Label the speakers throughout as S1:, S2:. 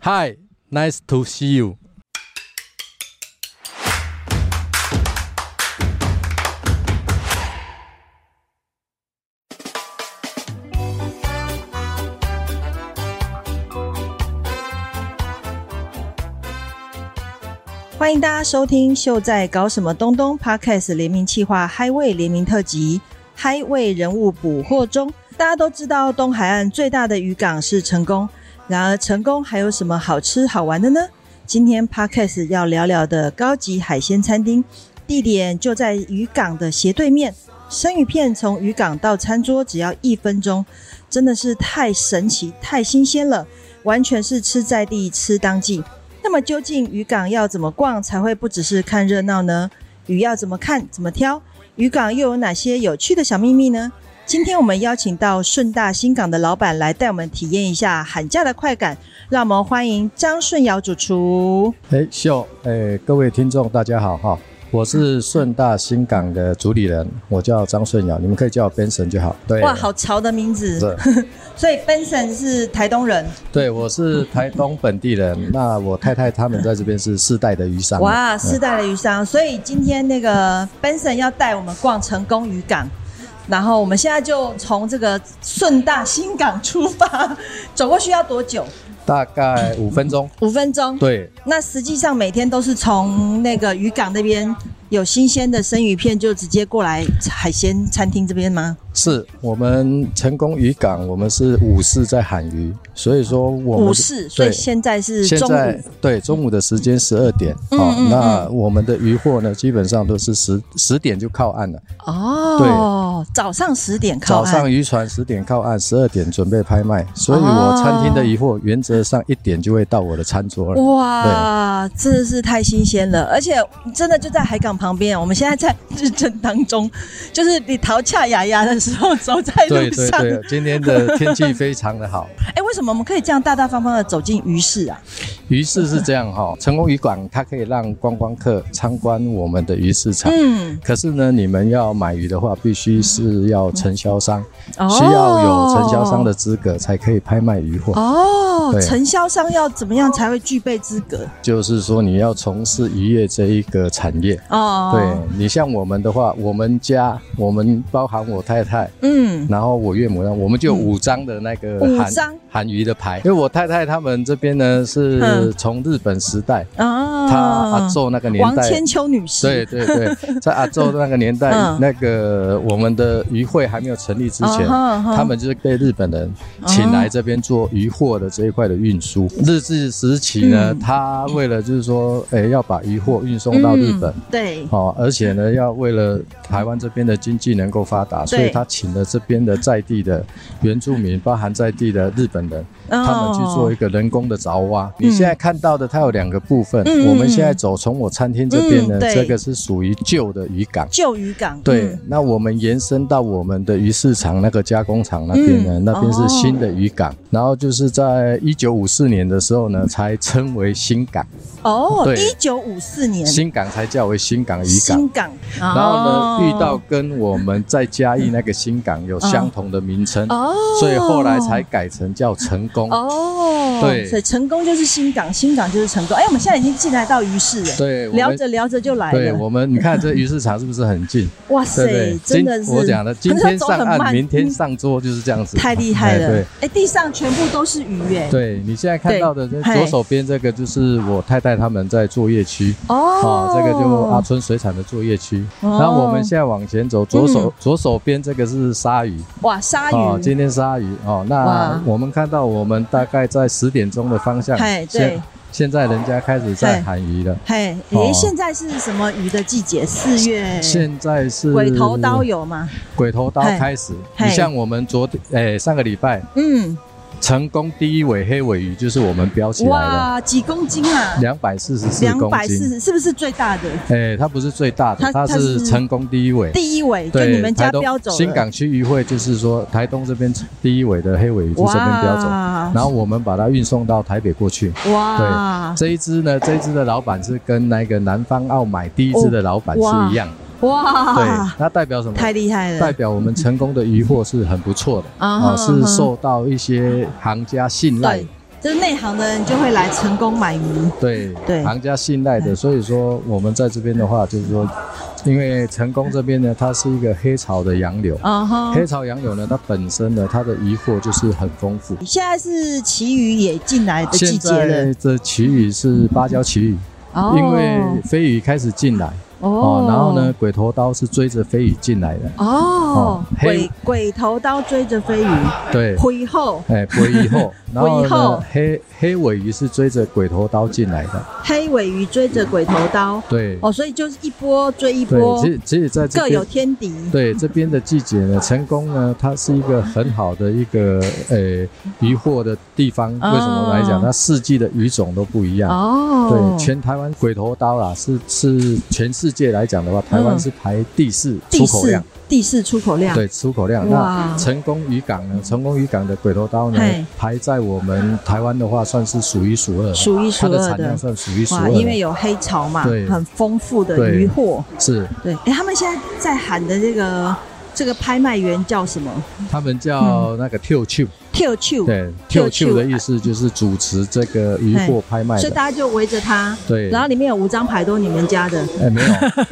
S1: Hi, nice to see you。
S2: 欢迎大家收听《秀在搞什么东东》Podcast 联名企划 Highway 联名特辑 Highway 人物捕获中。大家都知道东海岸最大的渔港是成功，然而成功还有什么好吃好玩的呢？今天 Podcast 要聊聊的高级海鲜餐厅，地点就在渔港的斜对面。生鱼片从渔港到餐桌只要一分钟，真的是太神奇、太新鲜了，完全是吃在地、吃当季。那么究竟渔港要怎么逛才会不只是看热闹呢？鱼要怎么看、怎么挑？渔港又有哪些有趣的小秘密呢？今天我们邀请到顺大新港的老板来带我们体验一下喊价的快感，让我们欢迎张顺尧主厨。
S3: 哎，秀，哎，各位听众大家好哈，我是顺大新港的主理人，我叫张顺尧，你们可以叫我 Benson 就好。对，
S2: 哇，好潮的名字！
S3: 是，
S2: 所以 Benson 是台东人，
S3: 对，我是台东本地人，那我太太他们在这边是世代的渔商。嗯
S2: 哇，世代的鱼商。所以今天那个 Benson 要带我们逛成功渔港，然后我们现在就从这个顺大新港出发， 走过去要多久？
S3: 大概五分钟。
S2: 五分钟。
S3: 对，
S2: 那实际上每天都是从那个渔港那边有新鲜的生鱼片，就直接过来海鲜餐厅这边吗？
S3: 是我们成功渔港，我们是午市在喊鱼，所以说我们
S2: 午市，所以
S3: 对
S2: 现在是
S3: 现
S2: 中
S3: 在
S2: 午。
S3: 对中午的时间十二点，
S2: 嗯
S3: 哦
S2: 嗯
S3: 那我们的渔获呢，基本上都是十十点就靠岸了。
S2: 哦，早上十点靠
S3: 早
S2: 岸。
S3: 上渔船十点靠岸，十二点准备拍卖，所以我
S2: 哦
S3: 餐厅的疑惑原则上一点就会到我的餐桌了。
S2: 哇，真的是太新鲜了，而且真的就在海港旁边。我们现在在日正当中，就是你逃恰雅雅的时候走在
S3: 对
S2: 路
S3: 对
S2: 上。
S3: 对，今天的天气非常的好。
S2: 哎，为什么我们可以这样大大方方的走进鱼市啊？
S3: 于是是这样哈、成功渔港它可以让观光客参观我们的鱼市场。
S2: 嗯，
S3: 可是呢，你们要买鱼的话，必须是要承销商，
S2: 哦
S3: 需要有承销商的资格才可以拍卖鱼货。
S2: 哦，
S3: 对
S2: 承销商要怎么样才会具备资格？
S3: 就是说，你要从事渔业这一个产业。
S2: 哦，
S3: 对你像我们的话，我们家我们包含我太太，
S2: 对，嗯，
S3: 然后我岳母呢，我们就有五张的那个
S2: 嗯
S3: 韩
S2: 五张
S3: 韩娱的牌，因为我太太他们这边呢是
S2: 嗯
S3: 从日本时代，
S2: 啊，
S3: 她阿昼那个年
S2: 王
S3: 代，
S2: 千秋女士，
S3: 对 对对，在阿昼那个年代
S2: 嗯，
S3: 那个我们的渔会还没有成立之前。
S2: 啊哈哈啊
S3: 他们就是被日本人请来这边做渔货的这一块的运输。日治时期呢，
S2: 嗯
S3: 他为了就是说，诶、要把渔货运送到日本，
S2: 嗯对，
S3: 哦，而且呢，要为了台湾这边的经济能够发达，所以他请了这边的在地的原住民，包含在地的日本人，他们去做一
S2: 哦
S3: 个人工的凿挖。
S2: 嗯
S3: 你现在看到的，它有两个部分。
S2: 嗯嗯
S3: 我们现在走从我餐厅这边呢
S2: 嗯，对
S3: 这个是属于旧的渔港。
S2: 旧渔港，
S3: 对，
S2: 嗯
S3: 那我们延伸到我们的鱼市场那个加工厂那边呢，
S2: 嗯
S3: 那边
S2: 哦
S3: 是新的渔港，然后就是在一九五四年的时候呢，才称为新港，
S2: 哦，
S3: 对
S2: 一九五四年
S3: 新港才叫为新港渔港。
S2: 新港，哦然
S3: 然后呢，遇到跟我们在嘉义那个新港有相同的名称，
S2: 哦，
S3: 所以后来才改成叫成功。
S2: 哦，
S3: 对
S2: 所以成功就是新港，新港就是成功。哎，我们现在已经进来到鱼市了，
S3: 对，我
S2: 聊
S3: 们
S2: 着聊着就来
S3: 对
S2: 了，
S3: 我们，你看这鱼市场是不是很近？
S2: 哇
S3: 对不对
S2: 塞，？真
S3: 今
S2: 的是
S3: 我讲的，今
S2: 可是要
S3: 天
S2: 走
S3: 上
S2: 很
S3: 岸，
S2: 慢，
S3: 明天
S2: 嗯
S3: 上桌，就是这样子。
S2: 太厉害
S3: 哎对
S2: 了，哎，地上全部都是鱼耶，
S3: 对你现在看到的，
S2: 对
S3: 左手边这个就是我太太他们在作业区，
S2: 哦
S3: 哦，，这个就阿春水产的作业区。
S2: 哦嗯
S3: 然后我们现在往前走，左手左手边这个是鲨鱼，
S2: 哇，鲨
S3: 哦，
S2: 鱼，
S3: 今天鲨鱼哦，
S2: 哇
S3: 那我们看到我们大概在十点钟的方向，
S2: 嗨对
S3: 现现在人家开始在喊鱼了。
S2: 嘿，
S3: 哦
S2: 诶，现在是什么鱼的季节？四月，
S3: 现在是
S2: 鬼头刀有吗？
S3: 鬼头刀
S2: 嗨
S3: 开始。
S2: 嗨
S3: 你像我们昨天，诶，上个礼拜
S2: 嗯，
S3: 成功第一尾黑尾鱼就是我们标起来的，
S2: 哇，几公斤啊？
S3: 两百四十四
S2: 两
S3: 公
S2: 百四
S3: 斤。
S2: 十，是不是最大的
S3: 诶，它不是最大
S2: 它
S3: 的，它
S2: 它是
S3: 是成功第一尾。
S2: 第一尾？就
S3: 对，
S2: 你们家
S3: 台东
S2: 标走了
S3: 新港区渔会就是说，台东这边第一尾的黑尾鱼就这边标走，
S2: 哇
S3: 然后我们把它运送到台北过去。
S2: 哇
S3: 这一只呢，这一只的老板是跟那个南方澳买第一只的老板是一样的，
S2: 哦
S3: 对
S2: 哇，，啊
S3: 那代表什么？
S2: 太厉害
S3: 代
S2: 了！
S3: 表我们成功的渔获是很不错的
S2: 啊
S3: 啊，
S2: 哈啊
S3: 是
S2: 哈
S3: 受到一些行家信赖
S2: 对，就是内行的人就会来成功买鱼。
S3: 对，
S2: 对
S3: 行家信赖的，所以说我们在这边的话，就是说，因为成功这边呢，它是一个黑潮的洋流，
S2: 嗯哼，
S3: 黑潮洋流呢，它本身呢，它的渔获就是很丰富。
S2: 现在是旗鱼也进来的季
S3: 现
S2: 节了
S3: 在，的旗鱼是芭蕉旗鱼，
S2: 哦
S3: 因为飞鱼开始进来
S2: 哦
S3: 哦，然后呢，，鬼头刀是追着飞鱼进来的，
S2: 哦
S3: 哦，
S2: 鬼
S3: 黑
S2: 鬼头刀追着飞鱼，
S3: 对，
S2: 灰后
S3: 哎，尾鱼后，然后
S2: 尾后
S3: 呢，黑黑尾鱼是追着鬼头刀进来的，
S2: 黑尾鱼追着鬼头刀，
S3: 对，
S2: 哦，所以就是一波追一
S3: 对，
S2: 波
S3: 其，实其实在这
S2: 各有
S3: 边。
S2: 天敌。
S3: 对这边的季节呢，成功呢，它是一个很好的一个呃渔获的地方。为什么来讲？它四季的鱼种都不一样。
S2: 啊哦，
S3: 啊对，全台湾鬼头刀啦，是是全世界来讲的话，台湾
S2: 嗯
S3: 是排第四
S2: 第
S3: 出口量
S2: 四。第四出口量，
S3: 对，出口量。
S2: 哇
S3: 那成功渔港呢？成功渔港的鬼头刀呢
S2: 嘿，
S3: 排在我们台湾的话，算是数一数二了，
S2: 数一数
S3: 它的
S2: 二
S3: 产
S2: 的
S3: 量。算数一数
S2: 哇，
S3: 二
S2: 因为
S3: 的。
S2: 有黑潮嘛，
S3: 对
S2: 很丰富的
S3: 对
S2: 渔获。
S3: 是，
S2: 对，哎，他们现在在喊的这个这个拍卖员叫什么
S3: 他们
S2: 嗯
S3: 叫那个 Q Q，
S2: t o q
S3: 对
S2: Q Q
S3: ，Q Q 的意思就是主持这个渔获拍卖
S2: 所以
S3: 的。
S2: 大家就围着他，
S3: 对，
S2: 然后里面有五张牌都是你们家的，
S3: 哎没有，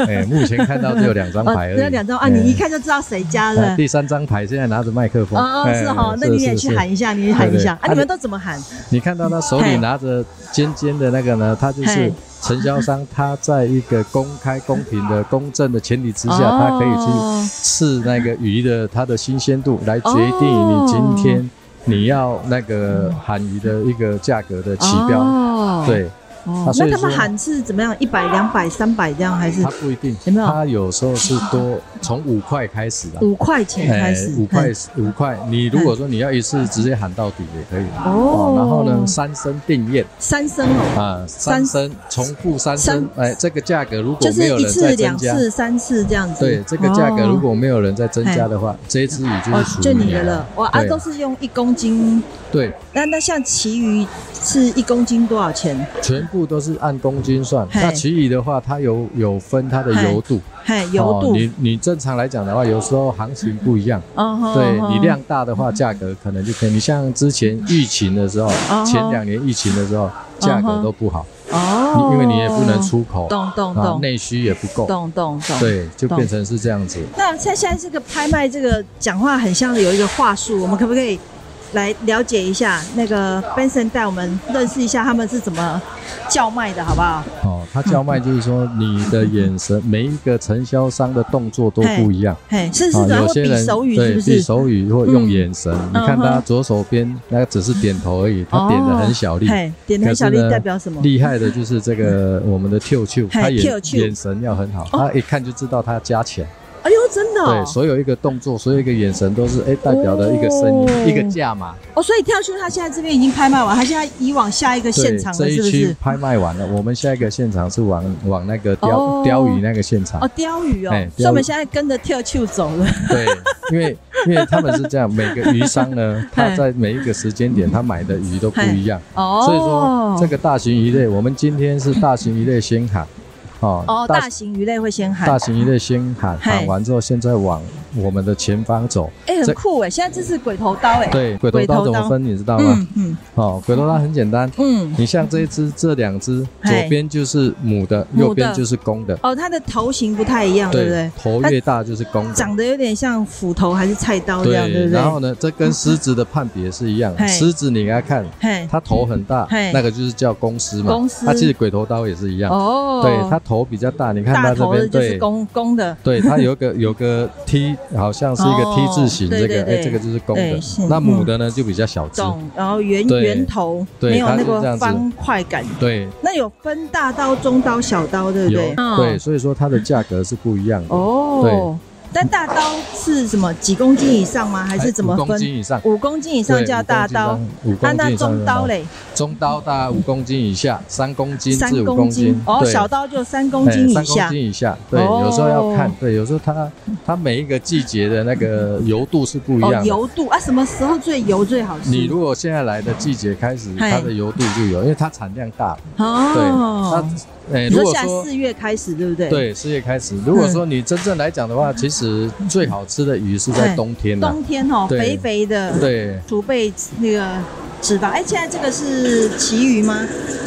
S3: 哎目前看到只有两张牌而已。
S2: 只有两张啊，
S3: 哎
S2: 你一看就知道谁家
S3: 哎
S2: 的。
S3: 第三张牌现在拿着麦克风。
S2: 哦，
S3: 哎
S2: 是哈，那你也去。
S3: 是
S2: 喊
S3: 是
S2: 一下，你也喊一下
S3: 对对
S2: 啊！你们都怎么喊？
S3: 你看到他手
S2: 嘿
S3: 里拿着尖尖的那个呢，他就是
S2: 嘿
S3: 承销商，他在一个公开、公平的、公正的前提之下，
S2: 哦
S3: 他可以去试那个鱼的它的新鲜度，来决定
S2: 哦
S3: 你今天你要那个喊鱼的一个价格的起标。
S2: 哦，
S3: 对，
S2: 哦
S3: 啊所
S2: 那
S3: 以
S2: 他们
S3: 说
S2: 喊是怎么样？一百、两百、三百这样，还是
S3: 它不一定
S2: 有没有，
S3: 它有时候是多从五块开始的。
S2: 五块钱
S3: 哎，
S2: 开始？嗯
S3: 五块五块，你如果说你要一次直接喊到底也可以哦。然后呢，三声定验
S2: 三升哦，
S3: 啊，三声重复三声，哎，这个价格如
S2: 就
S3: 果
S2: 是
S3: 没有
S2: 一
S3: 人
S2: 次、
S3: 再
S2: 两
S3: 增加，
S2: 次、三次这样子。
S3: 对这个价格
S2: 哦哎
S3: 如果没有人再增加的话，这一只鱼就
S2: 哦
S3: 是属于
S2: 就你
S3: 的
S2: 的了，哇啊
S3: 对
S2: 都是用一公斤，
S3: 对，
S2: 那那像其余是一公斤多少钱？
S3: 全部都是按公斤算。
S2: 嘿
S3: 那其余的话，它有有分它的
S2: 嘿
S3: 油度，
S2: 嘿，油
S3: 哦
S2: 度，
S3: 你你正常来讲的话，有时候行情不一样。
S2: 嗯哼
S3: 对
S2: 哼
S3: 你量大的话，价格可能就可以。你像之前疫情的时候
S2: 哦，
S3: 前两年疫情的时候，价格都不好，
S2: 哦
S3: 你，因为你也不能，出口，
S2: 懂懂
S3: 啊，
S2: 懂
S3: 内需也不够，
S2: 懂懂懂，。
S3: 对，就
S2: 哦懂
S3: 变成是这样子。
S2: 那像现在这个拍卖，这个讲话很像有一个话术，我们可不可以来了解一下？那个 Benson 带我们认识一下他们是怎么叫卖的，好不好？
S3: 哦，他叫卖就是说你的眼神，每一个承销商的动作都不一样。
S2: 嘿，是是，
S3: 啊，
S2: 然
S3: 有
S2: 后
S3: 些
S2: 比
S3: 人
S2: 手语是
S3: 对
S2: 不
S3: 比
S2: 是？
S3: 手语或用眼神，你看
S2: 嗯
S3: 他
S2: 哼
S3: 左手边那个只是点头而已，他点的很小力。
S2: 哦嘿，点的很小力
S3: 可是呢
S2: 代表什么？
S3: 厉害的就是这个我们的 Q Q，
S2: 嘿
S3: 他眼
S2: Q-Q
S3: 眼神要很好，他一看就知道他加钱。
S2: 哎呦，真的哦
S3: 对，，所有一个动作，所有一个眼神都是哎代表的一个声
S2: 哦
S3: 音，一个价码。
S2: 哦，所以跳出他现在这边已经拍卖完，他现在以往下一个现
S3: 对
S2: 场，了，
S3: 这
S2: 是
S3: 一
S2: 不
S3: 区
S2: 是？
S3: 拍卖完了，我们下一个现场是往往那个
S2: 哦
S3: 鲷鲷鱼那个现场
S2: 哦，。鲷鱼哦，
S3: 哎
S2: 所以我们
S3: 鲷
S2: 现
S3: 鱼
S2: 在跟着跳球走了。
S3: 对，因为因为他们是这样，每个鱼商 呢，他在每一个时间点他买的鱼都不一样，
S2: 哦，
S3: 所以说这个大型鱼类，我们今天是大型鱼类先喊，哦，
S2: 哦，大型鱼类会先喊
S3: 大，型鱼类先喊，
S2: 嗨
S3: 喊完之后，现在往我们的前方走。
S2: 哎，很
S3: 这
S2: 酷哎，现在这是鬼头刀哎，，
S3: 对，鬼
S2: 鬼
S3: 头
S2: 头
S3: 刀怎
S2: 刀
S3: 么分你知道吗
S2: 嗯？嗯
S3: 哦，鬼头刀很简单，
S2: 嗯，
S3: 你像这一只这两只，
S2: 嗨
S3: 左边就是母的，
S2: 母的
S3: 右边就是公的，
S2: 哦，它的头型不太一样，对不对？
S3: 头越大就是公的。
S2: 长得有点像斧头还是菜刀这样，对不对
S3: 然？后呢，这跟狮子的判别是一样啊
S2: 嗨。
S3: 狮子你给它看，
S2: 嘿，
S3: 它头很大
S2: 嘿，
S3: 那个就是叫公狮嘛。
S2: 公狮
S3: 它其实鬼头刀也是一样，
S2: 哦，
S3: 对，它头比较大，你看
S2: 大
S3: 它这
S2: 头的
S3: 边
S2: 就
S3: 对
S2: 是。公公的，
S3: 对，它有个有个 T，好像是一个
S2: 哦
S3: T 字形，
S2: 对
S3: 这个
S2: 对对
S3: 哎，这个就是公
S2: 对
S3: 的
S2: 是。嗯
S3: 那母的呢就比较小只，
S2: 懂？然后圆
S3: 对
S2: 圆头，
S3: 对
S2: 没有
S3: 它
S2: 那
S3: 是这
S2: 个
S3: 样子
S2: 方块感。
S3: 对，
S2: 那有分大刀、中刀、小刀，对不
S3: 有
S2: 对？嗯
S3: 对，所以说它的价格是不一样的，
S2: 哦
S3: 对，
S2: 但大刀是什么？几公斤以上吗？还是怎么
S3: 哎五公
S2: 分？
S3: 斤以上，
S2: 五公斤以
S3: 对
S2: 上叫大刀，，
S3: 五公斤以上五
S2: 那
S3: 公斤
S2: 那
S3: 以上
S2: 中
S3: 就
S2: 刀
S3: 是
S2: 嘞，
S3: 中刀大概五公斤以下，三公斤
S2: 三
S3: 至五
S2: 公
S3: 斤
S2: 斤，，哦，
S3: 对
S2: 小刀就三公斤以
S3: 哎三公
S2: 下，
S3: 斤以下，对，
S2: 哦
S3: 有时候要看，对，有时候它它每一个季节的那个油度是不一
S2: 哦，
S3: 样的。
S2: 油度啊，什么时候最油最好吃？
S3: 你如果现在来的季节开始，
S2: 嗨
S3: 它的油度就有，因为它产量大，对，
S2: 哦，
S3: 它，哎，
S2: 你说
S3: 如果
S2: 现在
S3: 说
S2: 四月开始，对不对？，
S3: 对四月开始，如果说你真正来讲的话，其实最好吃的鱼是在
S2: 嗨
S3: 冬天的，啊
S2: 冬天哦，
S3: 对
S2: 肥肥的，
S3: 对
S2: 储备那个吃吧。哎，现在这个是旗鱼吗？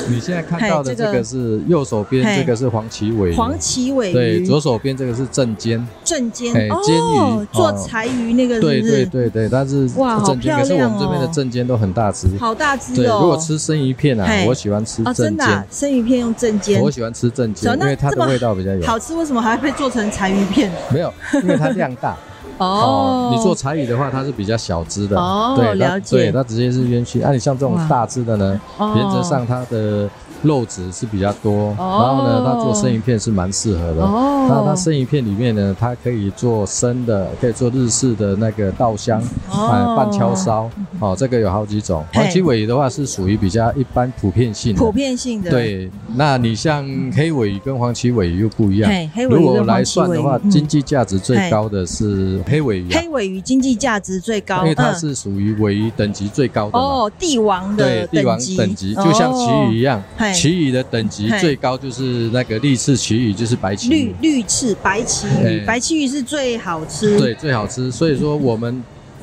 S3: 你现在看到的
S2: 嘿这
S3: 这
S2: 个
S3: 个是右手边
S2: 嘿
S3: 这个是黄鳍尾鱼，
S2: 黄鳍尾
S3: 对，
S2: 鱼，
S3: 左手边这个是正尖，
S2: 正煎
S3: 嘿煎鱼
S2: 哦
S3: 哦，
S2: 做柴鱼那个是不
S3: 对
S2: 是？
S3: 对对对，但是
S2: 哇好
S3: 正尖，
S2: 漂
S3: 可是我
S2: 亮
S3: 们这边的
S2: 哦
S3: 正尖都很大只。
S2: 好大只
S3: 对，
S2: 哦。
S3: 如果吃生鱼片啊
S2: 嘿，
S3: 我喜欢吃
S2: 哦，真
S3: 正
S2: 的啊
S3: 尖，
S2: 生鱼片用正煎
S3: 我喜欢吃正尖
S2: 小，那
S3: 因为它
S2: 这么
S3: 的味道比较有。
S2: 好吃，为什么还被做成柴鱼片？
S3: 没有，因为它量 大哦。你做柴鱼的话，它是比较小只的，
S2: 哦
S3: 对，它
S2: 了解
S3: 对，它直接是冤屈。那你像这种
S2: 哇
S3: 大只的呢，
S2: 哦
S3: 原则上它的肉质是比较多，然
S2: 哦
S3: 后呢，它做生鱼片是蛮适合的。
S2: 哦
S3: 那它生鱼片里面呢，它可以做生的，可以做日式的那个稻香，
S2: 哦
S3: 呃半敲烧，哦，这个有好几种。
S2: 嘿
S3: 黄鳍尾鱼的话是属于比较一般普遍性的，
S2: 普遍性的，
S3: 对，那你像黑尾鱼跟黄鳍尾鱼又不一样
S2: 嘿黑。尾鱼
S3: 如果
S2: 跟黄鳍
S3: 来算
S2: 尾
S3: 的
S2: 鱼
S3: 话，
S2: 嗯
S3: 经济价值最高的是黑尾鱼啊，
S2: 黑尾鱼经济价值最高，
S3: 因为它
S2: 嗯
S3: 是属于尾鱼等级最高的嘛。
S2: 哦帝王
S3: 对，
S2: 的哦
S3: 帝王等级就像旗鱼一
S2: 样，
S3: 样
S2: 嘿，
S3: 旗鱼的等级
S2: 嘿
S3: 最高就是那个绿翅旗鱼，就是白旗
S2: 绿
S3: 鱼，
S2: 绿翅白鳍鱼，
S3: 哎
S2: 白鳍鱼是最好吃，
S3: 对，最好吃。所以说我们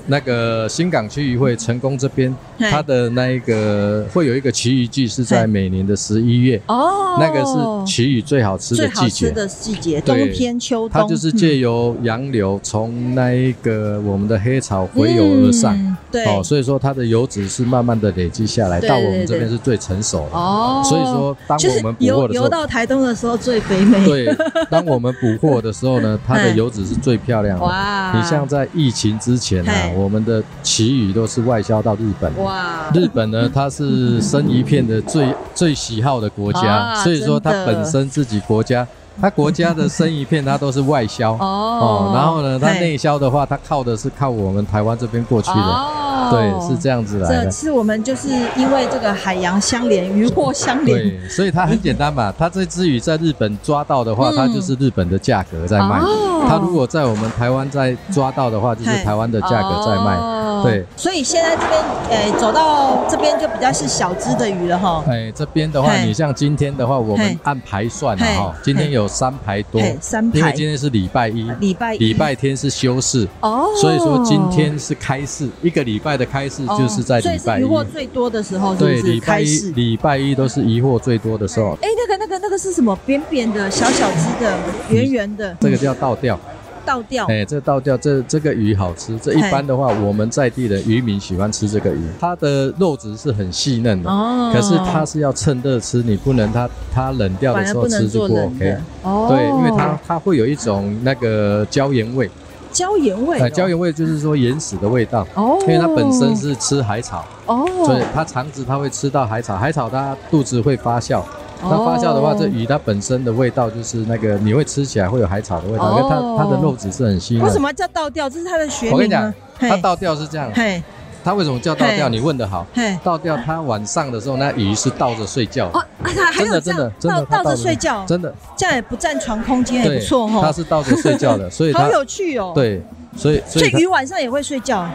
S3: 那个新港区渔会成功这边，
S2: 嘿
S3: 它的那一个会有一个旗鱼季是
S2: 嘿
S3: 在每年的十一月，
S2: 哦，
S3: 那个是旗鱼最好吃的
S2: 最好
S3: 季
S2: 吃
S3: 节。
S2: 的季节，冬
S3: 对
S2: 天秋冬，嗯
S3: 它就是借由洋流从那一个我们的黑潮回游而上，
S2: 嗯对，
S3: 哦，所以说它的油脂是慢慢的累积下来，
S2: 对
S3: 到我
S2: 对
S3: 们这
S2: 对
S3: 边是最成熟的。
S2: 哦
S3: 所以说，当
S2: 就是
S3: 我们捕获
S2: 游
S3: 的时
S2: 游
S3: 候，
S2: 到台东的时候最肥美，，
S3: 对，当我们捕获的时候 呢，它的
S2: 嗯
S3: 油脂是最漂亮的。
S2: 哇，
S3: 你像在疫情之前啊
S2: 嘿，
S3: 我们的旗鱼都是外销到日本。
S2: 哇，
S3: 日本呢，它是生鱼片的最最喜好的国家，
S2: 啊
S3: 所以说它
S2: 真的
S3: 本身自己国家，它国家的生鱼片它都是外销。
S2: 哦
S3: 哦，，然后呢，它
S2: 嘿
S3: 内销的话，它靠的是靠我们台湾这边过去的，
S2: 哦
S3: 对，是这样子来
S2: 这
S3: 的。
S2: 次我们就是因为这个海洋相连、渔获相连，
S3: 对，所以它很简单嘛，它这只鱼在日本抓到的话，
S2: 嗯
S3: 它就是日本的价格在卖；
S2: 哦
S3: 它如果在我们台湾再抓到的话，就是
S2: 嘿
S3: 台湾的价格在卖。
S2: 哦
S3: 对，
S2: 所以现在这边，诶、走到这边就比较是小只的鱼了哈。
S3: 哎，这边的话，
S2: 嘿
S3: 你像今天的话，我
S2: 嘿
S3: 们按排算了哈
S2: 嘿，
S3: 今天有三排多
S2: 嘿，三排
S3: 因为今天是礼拜一，
S2: 礼拜一
S3: 礼拜天是休市，
S2: 哦
S3: 所以说今天是开市，一个礼拜的开市
S2: 哦
S3: 就是在
S2: 所
S3: 礼
S2: 以是
S3: 拜
S2: 鱼
S3: 一。
S2: 获最多的时候，是
S3: 对，
S2: 不是
S3: 礼拜
S2: 开
S3: 一
S2: 始？
S3: 礼拜一都是疑惑最多的时候，
S2: 哎、那个、那个、那个是什么？扁扁的、小小只的、圆圆的，
S3: 嗯这个叫倒钓。
S2: 倒吊。
S3: 哎，这倒钓这这个鱼好吃，这一
S2: 嘿
S3: 般的话，我们在地的渔民喜欢吃这个鱼，它的肉质是很细嫩的，
S2: 哦
S3: 可是它是要趁热吃，你不能它它冷掉的
S2: 反而
S3: 时
S2: 不
S3: 候
S2: 能
S3: 吃
S2: 做
S3: 就不
S2: 冷
S3: OK
S2: 的。。哦
S3: 对，因为它它会有一种那个椒盐味，
S2: 椒盐味、
S3: 呃，椒。盐味就是说盐屎的味道，
S2: 哦，
S3: 因为它本身是吃海草，
S2: 哦，
S3: 所以它肠子它会吃到海草，海草它肚子会发酵，
S2: 哦
S3: 它发酵的话，这鱼它本身的味道就是那个你会吃起来会有海草的味道，因为
S2: 哦
S3: 它它的肉质是很细嫩。
S2: 为什？么叫倒吊？这是它的学名吗？
S3: 我跟你讲，
S2: 嘿
S3: 它倒吊是这样，
S2: 嘿，
S3: 它为什么叫倒吊？
S2: 嘿
S3: 你问的好
S2: 嘿，
S3: 倒吊它晚上的时候，那鱼是倒着睡觉的
S2: 哦，，啊它还
S3: 真
S2: 有
S3: 的
S2: 这
S3: 真的
S2: 样
S3: 真
S2: 倒
S3: 的它
S2: 倒着
S3: 着
S2: 睡觉，
S3: 真的
S2: 这样也不占床空间，也
S3: 对，
S2: 不错
S3: 它
S2: 哈。
S3: 是倒着 睡觉的，所以它
S2: 好有趣哦。，
S3: 对，所以所
S2: 所
S3: 以
S2: 以
S3: 它
S2: 鱼晚上也会睡觉。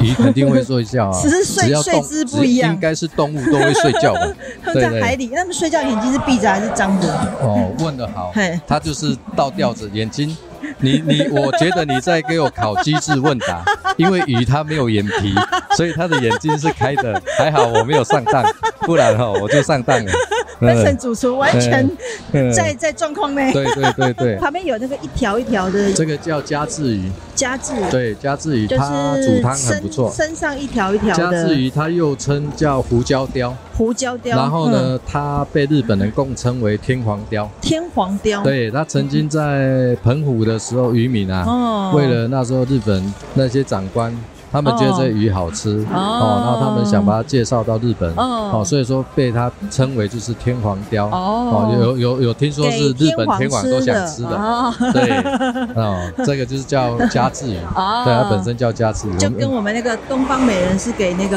S3: 鱼肯定会睡觉啊，
S2: 只是睡
S3: 只要动
S2: 睡姿不一样？
S3: 只应该是动物都会睡觉吧
S2: 他们
S3: 对
S2: 在海
S3: 对。
S2: 里，那他们睡觉眼睛是闭着还是张着？
S3: 哦，问得好
S2: 嘿，
S3: 他就是倒吊着眼睛。你你，我觉得你在给我考机智问 答，因为鱼它没有眼皮，所以它的眼睛是开的。还好我没有上当，不然哈、我就上当了。
S2: 但是主厨完全
S3: 嗯
S2: 在在状况内。
S3: 对对对对，
S2: 旁边有那个一条一条的
S3: 这个叫加治鱼，
S2: 夹子，
S3: 对加治鱼，
S2: 就
S3: 它煮
S2: 是
S3: 汤很不
S2: 身
S3: 错。
S2: 身上一条一条
S3: 加治
S2: 的
S3: 鱼它又称叫胡椒雕，
S2: 胡椒雕。
S3: 然后
S2: 嗯？
S3: 呢，它被日本人共称为天皇雕。
S2: 天皇雕。。
S3: 对，它曾经在澎湖的时候，渔民啊，
S2: 哦。
S3: 为了那时候日本那些长官，他们觉得这鱼好吃
S2: 哦
S3: 哦，然后他们想把它介绍到日本
S2: 哦
S3: 哦，所以说被它称为就是天皇雕
S2: 哦
S3: 哦，有有有听说是
S2: 给
S3: 日本天
S2: 皇
S3: 皇都想吃
S2: 的
S3: 的，
S2: 哦，
S3: 对，哦，这个就是叫加治鱼，
S2: 哦
S3: 对，它本身叫加治鱼，
S2: 就跟
S3: 我们
S2: 我们那个东方美人是给那个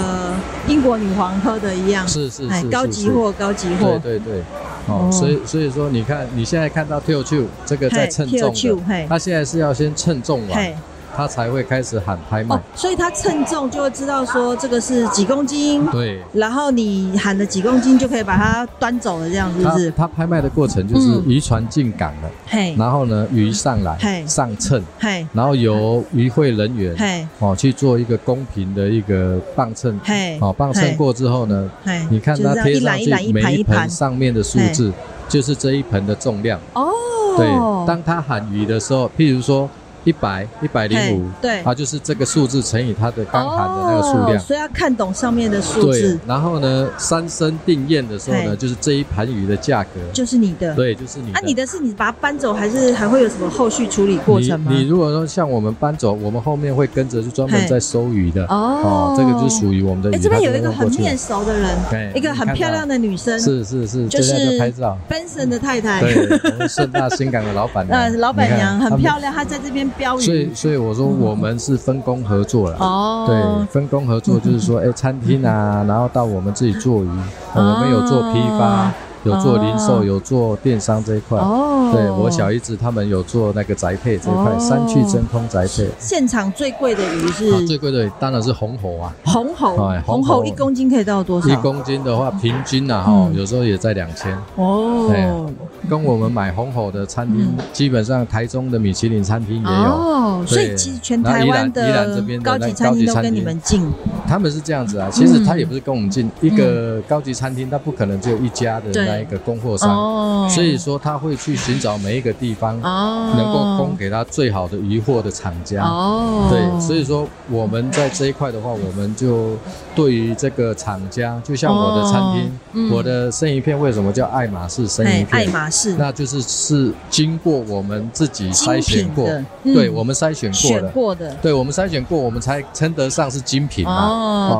S2: 英国女皇喝的一样，
S3: 是是
S2: 哎
S3: 是，
S2: 高
S3: 是
S2: 级
S3: 是
S2: 货，高级
S3: 对
S2: 货。
S3: 对对，
S2: 哦
S3: 哦，所以所以说，你看你现在看到 Q Q 这个在
S2: 嘿
S3: 称重
S2: TOQ 嘿
S3: 的，它现在是要先称重完
S2: 嘿，
S3: 他才会开始喊拍卖。
S2: 哦，所以他称重就会知道说这个是几公斤，
S3: 对，
S2: 然后你喊了几公斤就可以把它端走了，这样是
S3: 他
S2: 不是？
S3: 他拍卖的过程就是
S2: 嗯
S3: 渔船进港了，
S2: 嘿，
S3: 然后呢鱼上
S2: 嘿
S3: 来上秤，
S2: 嘿，
S3: 然后由渔会人员
S2: 嘿，
S3: 哦去做一个公平的一个磅秤，
S2: 嘿，
S3: 哦磅秤
S2: 嘿，
S3: 过之后呢，
S2: 嘿，
S3: 你看
S2: 就是
S3: 它
S2: 这样
S3: 贴
S2: 一
S3: 上
S2: 篮一
S3: 去
S2: 篮一
S3: 每
S2: 盘
S3: 一
S2: 一
S3: 盆
S2: 盘，
S3: 上面的数字就是这一盆的重量。
S2: 哦，
S3: 对，当他喊鱼的时候，譬如说一百、一百零五
S2: 嘿，对，
S3: 它就是这个数字乘以它的刚喊的那个数
S2: 哦
S3: 量。
S2: 所以要看懂上面的数
S3: 对啊
S2: 字，，
S3: 然后呢，三声定验的时候呢，
S2: 嘿
S3: 就是这一盘鱼的价格。
S2: 就是你的。
S3: 对，就是你
S2: 啊，你的是你把它搬走，还是还会有什么后续处理过程吗
S3: 你？你如果说像我们搬走，我们后面会跟着就专门
S2: 嘿
S3: 在收鱼的。
S2: 哦
S3: 哦，这个就属于我们的鱼。
S2: 哎，这边
S3: 它
S2: 有一
S3: 就
S2: 个
S3: 会过
S2: 很
S3: 去
S2: 面熟的人，
S3: 哎
S2: 一个很漂亮
S3: 的。
S2: 的女生
S3: 是是是，
S2: 就
S3: 正在
S2: 是
S3: 这拍照。
S2: ，Benson 的太太，
S3: 对，我们盛大新港的老板
S2: 呃，
S3: 娘，
S2: 老板娘
S3: 你看
S2: 很漂
S3: 他们
S2: 亮，她在这边标
S3: 所
S2: 语
S3: 以，所以我说我们是分工合作了。对，
S2: 哦，
S3: 分工合作就是说， 哎，餐厅啊，然后到我们自己做鱼，哦我们有做批发
S2: 啊，
S3: 有做零售，
S2: 哦
S3: 有做电商这一块。
S2: 哦，
S3: 对我小姨子他们有做那个宅配这一块，
S2: 哦
S3: 三去真空宅配。
S2: 现场最贵的鱼
S3: 啊，最
S2: 是
S3: 贵的当然是红喉啊，
S2: 红喉
S3: 哎，
S2: 红
S3: 红
S2: 喉
S3: 喉
S2: 一公斤可以到多
S3: 一
S2: 少？
S3: 公斤的话平均啊，哈，
S2: 嗯
S3: 有时候也在两千。哎
S2: 哦，
S3: 跟我们买红喉的餐厅，基本上台中的米其林餐厅也有，
S2: 嗯哦，所以
S3: 对
S2: 其实全
S3: 然后
S2: 台
S3: 宜
S2: 湾
S3: 兰宜兰这边的
S2: 高级
S3: 那
S2: 餐
S3: 高
S2: 厅
S3: 级
S2: 都
S3: 餐
S2: 跟你
S3: 厅
S2: 们进，
S3: 他们是这样子啊。其实他也不是跟我们进一个高级餐厅，他不可能只有一家的
S2: 嗯对
S3: 那一个供货商，
S2: 哦，
S3: 所以说他会去寻找每一个地方
S2: 哦，
S3: 能够供给他最好的鱼货的厂家。
S2: 哦，
S3: 对，所以说我们在这一块的话，我们就对于这个厂家，就像我的餐厅，
S2: 哦嗯
S3: 我的生鱼片为什么叫爱马仕生鱼
S2: 哎，爱
S3: 片？
S2: 马仕
S3: 那就是是经过我们自己筛
S2: 精
S3: 选
S2: 品
S3: 过，
S2: 的，
S3: 对
S2: 嗯
S3: 我们筛选过
S2: 选
S3: 的，
S2: 过的，
S3: 对我们筛选过，我们才称得上是精品嘛。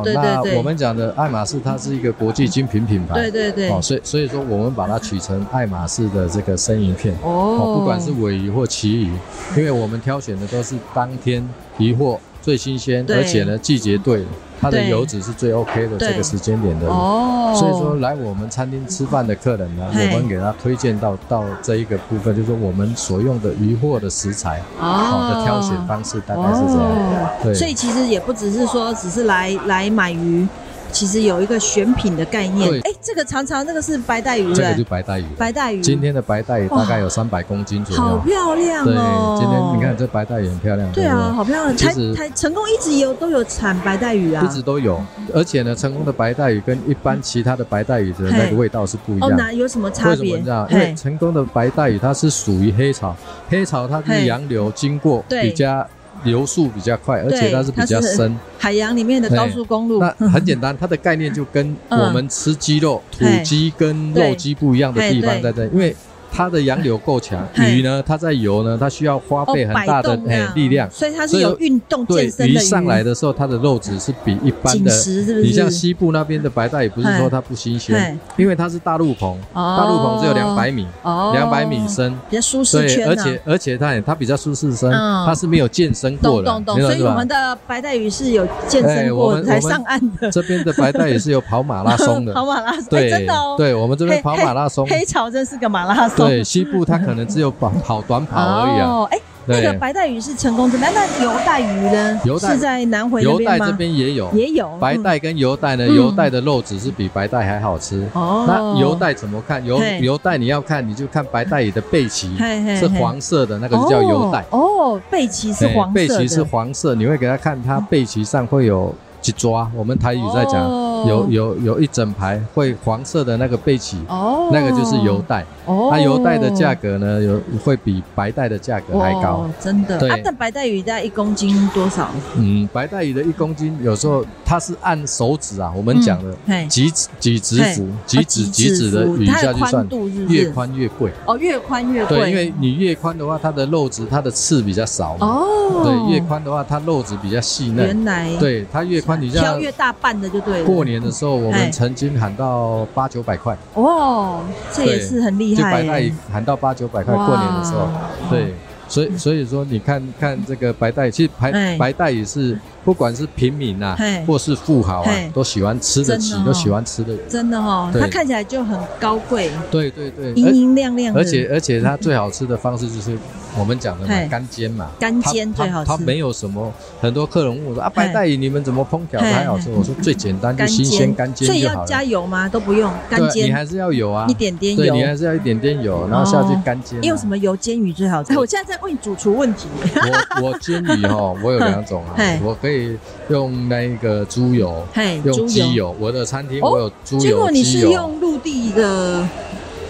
S2: 哦，对对
S3: 那我
S2: 对，
S3: 们讲的爱马仕，它是一个国际精品品牌，
S2: 对对对
S3: 哦，，所以所以说我们把它取成爱马仕的这个生鱼片。
S2: 哦
S3: 哦，不管是尾鱼或旗鱼，因为我们挑选的都是当天鱼货最新鲜，
S2: 对
S3: 而且呢季节对了，它的
S2: 对
S3: 油脂是最 OK 的
S2: 对
S3: 这个时间点的。
S2: 哦，
S3: 所以说来我们餐厅吃饭的客人呢，
S2: 嘿
S3: 我们给他推荐到到这一个部分，就是说我们所用的鱼货的食材，好
S2: 哦
S3: 的挑选方式大概是这样。对
S2: 所以其实也不只是说只是来来买鱼，其实有一个选品的概念
S3: 对。
S2: 哎，这个常常那个是白带鱼，
S3: 这个
S2: 对
S3: 就白带鱼了，
S2: 白带鱼，
S3: 今天的白带鱼
S2: 哇
S3: 大概有三百公斤左
S2: 好
S3: 右。
S2: 漂亮
S3: 对
S2: 哦。，
S3: 今天你看。这白带鱼很漂亮，
S2: 对
S3: 不
S2: 啊，好漂亮！
S3: 其
S2: 台
S3: 实
S2: 台成功一直有都有产白带鱼啊
S3: 一，直都有，而且呢，成功的白带鱼跟一般其他的白带鱼的那
S2: 嘿
S3: 个味道是不一
S2: 哦，
S3: 样。
S2: 哪有什么差
S3: 为什么
S2: 别
S3: 你知道？？因为
S2: 嘿，
S3: 成功的白带鱼它是属于黑潮，黑潮它
S2: 嘿
S3: 是洋流经过
S2: 对
S3: 比较流速比较快，而且它是比较深。
S2: 海洋里面的高速公路
S3: 那，很简单，它的概念就跟
S2: 嗯
S3: 我们吃鸡肉、土
S2: 嘿
S3: 鸡跟
S2: 对
S3: 肉鸡不一样的地
S2: 嘿
S3: 方
S2: 对
S3: 在这，因为。它的洋流够强，
S2: 嘿
S3: 鱼呢，它在游呢，它需要花
S2: 哦
S3: 费，很
S2: 摆
S3: 大的
S2: 动
S3: 嘿
S2: 啊
S3: 力量，
S2: 所以它是
S3: 所以
S2: 有运动
S3: 对
S2: 健身的
S3: 上来的时候，它的肉质是比一般
S2: 紧
S3: 的
S2: 实是不是？
S3: 你像西部那边的白带，也不是
S2: 嘿
S3: 说它不新
S2: 嘿
S3: 鲜，因为它是大陆棚，
S2: 哦
S3: 大陆棚只有两百米，
S2: 哦
S3: 两百米深，
S2: 比较舒适
S3: 对，
S2: 圈
S3: 而
S2: 呢、
S3: 且而且它也它比较舒适身，
S2: 啊嗯
S3: 它是没有健身过
S2: 懂
S3: 的
S2: 懂，懂，
S3: 你知道
S2: 所以
S3: 是
S2: 我
S3: 吧
S2: 们？的白带鱼是有健
S3: 哎
S2: 身
S3: 我
S2: 过
S3: 们
S2: 才
S3: 我们
S2: 上岸的，
S3: 这边的白带也是有跑马拉松的，
S2: 跑马拉松，哎
S3: 对
S2: 真的哦，
S3: 对，我们这边
S2: 黑
S3: 跑马拉松，
S2: 黑潮真是个马拉松，
S3: 对，西部它可能只有跑跑短跑而已啊。
S2: 哦，哎、那
S3: 对
S2: 个白带鱼是成功的，那那游带鱼呢？
S3: 游带
S2: 是在南回那
S3: 油带
S2: 边吗？
S3: 这边也有，
S2: 也有
S3: 白、带跟油带呢，
S2: 嗯
S3: 油带的肉质是比白带还好吃。
S2: 嗯哦，
S3: 那油，带怎么看？油
S2: 嘿
S3: 油带你要看，你就看白带鱼的背鳍
S2: 嘿嘿
S3: 是黄色的，那个就叫油带。
S2: 哦，哦背鳍是
S3: 哎
S2: 黄色的，
S3: 背鳍是黄色，你会给它看它背鳍上会有几抓，我们台语在讲，
S2: 哦
S3: 有有有一整排会黄色的那个背鳍，
S2: 哦，
S3: 那个就是油，带。
S2: 哦，
S3: 那油带的价格呢，有会比白带的价格还高
S2: 哦。，真的，
S3: 对
S2: 啊，那白带鱼大概一公斤多少？
S3: 嗯，白带鱼的一公斤有时候它是按手指啊，我们讲的
S2: 嗯嘿
S3: 几指几指
S2: 嘿
S3: 幅
S2: 哦、
S3: 几指几指的
S2: 幅
S3: 鱼
S2: 它
S3: 下
S2: 的
S3: 去算
S2: 宽，度是不是
S3: 越宽越贵。
S2: 哦，越宽越贵，
S3: 对，因为你越宽的话，它的肉质、它的刺比较少嘛。
S2: 哦，
S3: 对，越宽的话，它肉质比较细嫩。
S2: 原来
S3: 对，它越宽，你
S2: 挑
S3: 像
S2: 越大半的就对了。
S3: 过年的时候，我
S2: 哎
S3: 们曾经喊到八九百块，
S2: 哦，这也是很厉
S3: 就
S2: 害
S3: 白
S2: 耶，
S3: 带鱼喊到八九百块。
S2: 哇
S3: 过年的时候，对，所以所以说，你看看这个白带鱼，其实白
S2: 哎
S3: 白带鱼是不管是平民啊
S2: 嘿，
S3: 或是富豪
S2: 嘿
S3: 啊，都喜欢吃得起
S2: 真的哦，
S3: 都喜欢吃得起。
S2: 真的哦，
S3: 对
S2: 它看起来就很高贵，
S3: 对对对，
S2: 晶莹亮亮的，
S3: 而且而且它最好吃的方式就是我们讲的嘛
S2: 嘿
S3: 干煎嘛，
S2: 干
S3: 它
S2: 煎
S3: 它
S2: 最好
S3: 它
S2: 吃
S3: 没有什么，很多客人问我说啊，白带鱼你们怎么烹调
S2: 嘿
S3: 的还好吃？
S2: 嘿
S3: 我说最简单，就新鲜干煎
S2: 所以
S3: 就
S2: 要
S3: 好了。
S2: 加油吗？都不用干
S3: 对，你
S2: 煎，
S3: 还是要有啊
S2: 一，点点
S3: 对
S2: 油哦
S3: 你。还是要一点点油，然后下去干煎啊。
S2: 用什么油煎鱼最好吃？哎我现在在问主厨问题。
S3: 我我煎 鱼哈，我有两种啊
S2: 嘿，
S3: 我可以用那个猪油，
S2: 嘿，
S3: 用
S2: 猪哦
S3: 鸡。油。我的餐厅我有猪
S2: 结
S3: 油、
S2: 果你
S3: 鸡
S2: 是
S3: 油。
S2: 用陆地的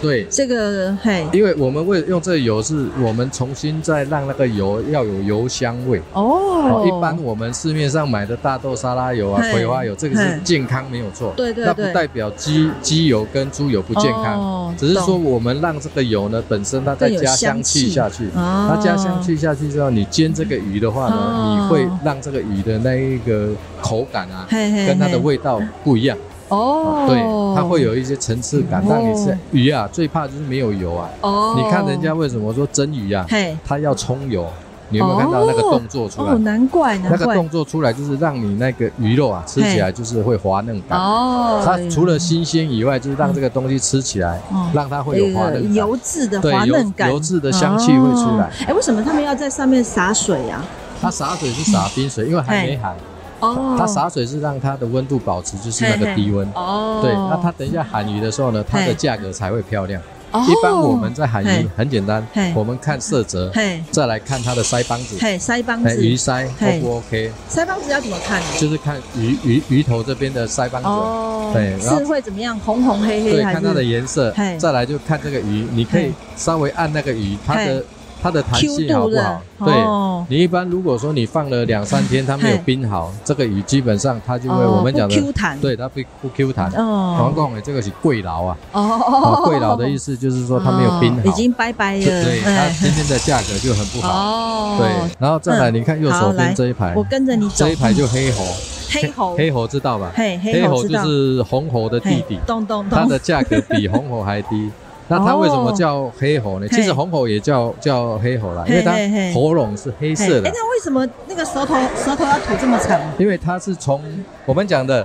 S3: 对，
S2: 这个嘿
S3: 因为我们为用这个油，是我们重新再让那个油要有油香味。
S2: 哦
S3: 哦，一般我们市面上买的大豆沙拉油啊
S2: 嘿、
S3: 葵花油，这个是
S2: 嘿
S3: 健康没有错。
S2: 对对
S3: 那
S2: 对
S3: 不代表鸡鸡油跟猪油不健康，
S2: 哦
S3: 只是说
S2: 懂
S3: 我们让这个油呢本身它再
S2: 更有
S3: 加
S2: 香
S3: 香气
S2: 气
S3: 下去。
S2: 哦
S3: 它加香气下去之后，你煎这个鱼的话
S2: 哦
S3: 呢，你会让这个鱼的那一个口感啊，
S2: 哦嘿嘿
S3: 跟它
S2: 嘿
S3: 的味道不一样。
S2: 哦，
S3: 对，它会有一些层次感，让你吃鱼啊。最怕就是没有油啊。
S2: 哦，
S3: 你看人家为什么说蒸鱼啊，
S2: 嘿
S3: 它要冲油，你有没有看到那个动作出来
S2: 哦，？难怪
S3: 那
S2: 难
S3: 个
S2: 怪
S3: 动作出来就是让你那个鱼肉啊吃起来就是会滑嫩感。
S2: 哦，
S3: 它除了新鲜以外，就是让这个东西吃起来
S2: 哦，
S3: 让它会
S2: 有
S3: 有滑嫩感。
S2: 油质的
S3: 对
S2: 滑
S3: 油
S2: 嫩感，
S3: 油质的香气会出来
S2: 哦哎，为什么他们要在上面洒水啊？
S3: 它洒水是洒冰水，因为还没寒。
S2: 哎哦，
S3: 它洒水是让它的温度保持就是那个低温。
S2: 哦，
S3: 对，那它等一下喊鱼的时候呢，它
S2: 嘿
S3: 的价格才会漂亮。
S2: 哦
S3: 一般我们在喊
S2: 嘿
S3: 鱼很简单
S2: 嘿，
S3: 我们看色泽，
S2: 嘿
S3: 再来看它的腮帮子，
S2: 嘿腮帮
S3: 哎，鱼
S2: 子，
S3: 鳃
S2: 嘿
S3: O 不 OK？
S2: 腮帮子要怎么看呢？啊
S3: 就是看鱼鱼鱼头这边的腮帮子，
S2: 哦，
S3: 对然后
S2: 是会怎么样？红红黑黑
S3: 对，
S2: 还是
S3: 看它的颜色
S2: 嘿，
S3: 再来就看这个鱼，你可以
S2: 嘿
S3: 稍微按那个鱼，它的它的弹
S2: Q
S3: 性好
S2: 度
S3: 不
S2: 的
S3: 好？？对。
S2: 哦
S3: 你一般如果说你放了两三天，它没有
S2: 嘿
S3: 冰好，这个鱼基本上它就会
S2: 哦
S3: 我们讲
S2: 不 Q
S3: 的，
S2: 弹，
S3: 对，它不不 Q 弹。黄
S2: 哦
S3: 贡诶，这个是贵劳啊，
S2: 哦
S3: 啊，贵劳的意
S2: 思
S3: 思就是说它没有冰好，
S2: 哦已经拜拜了，
S3: 对它
S2: 哎
S3: 今天的价格就很不好。
S2: 哦，
S3: 对，然后再来，你看右
S2: 好
S3: 手
S2: 来
S3: 边这一排
S2: 我，跟着你走
S3: 这一，排就黑猴，
S2: 黑猴，
S3: 黑猴知道吧？
S2: 嘿，
S3: 黑
S2: 猴
S3: 猴
S2: 知
S3: 就
S2: 道，
S3: 是红猴的弟弟
S2: 嘿，咚咚
S3: 它
S2: 咚
S3: 的，价格比红猴还低。那它为什么叫黑猴呢？
S2: 哦嘿
S3: 其实红猴也叫叫黑猴啦，因为它
S2: 嘿嘿嘿
S3: 喉咙是黑
S2: 嘿
S3: 色的
S2: 哎，，那为什么那个舌头舌头要吐这么长？
S3: 因为它是从我们讲的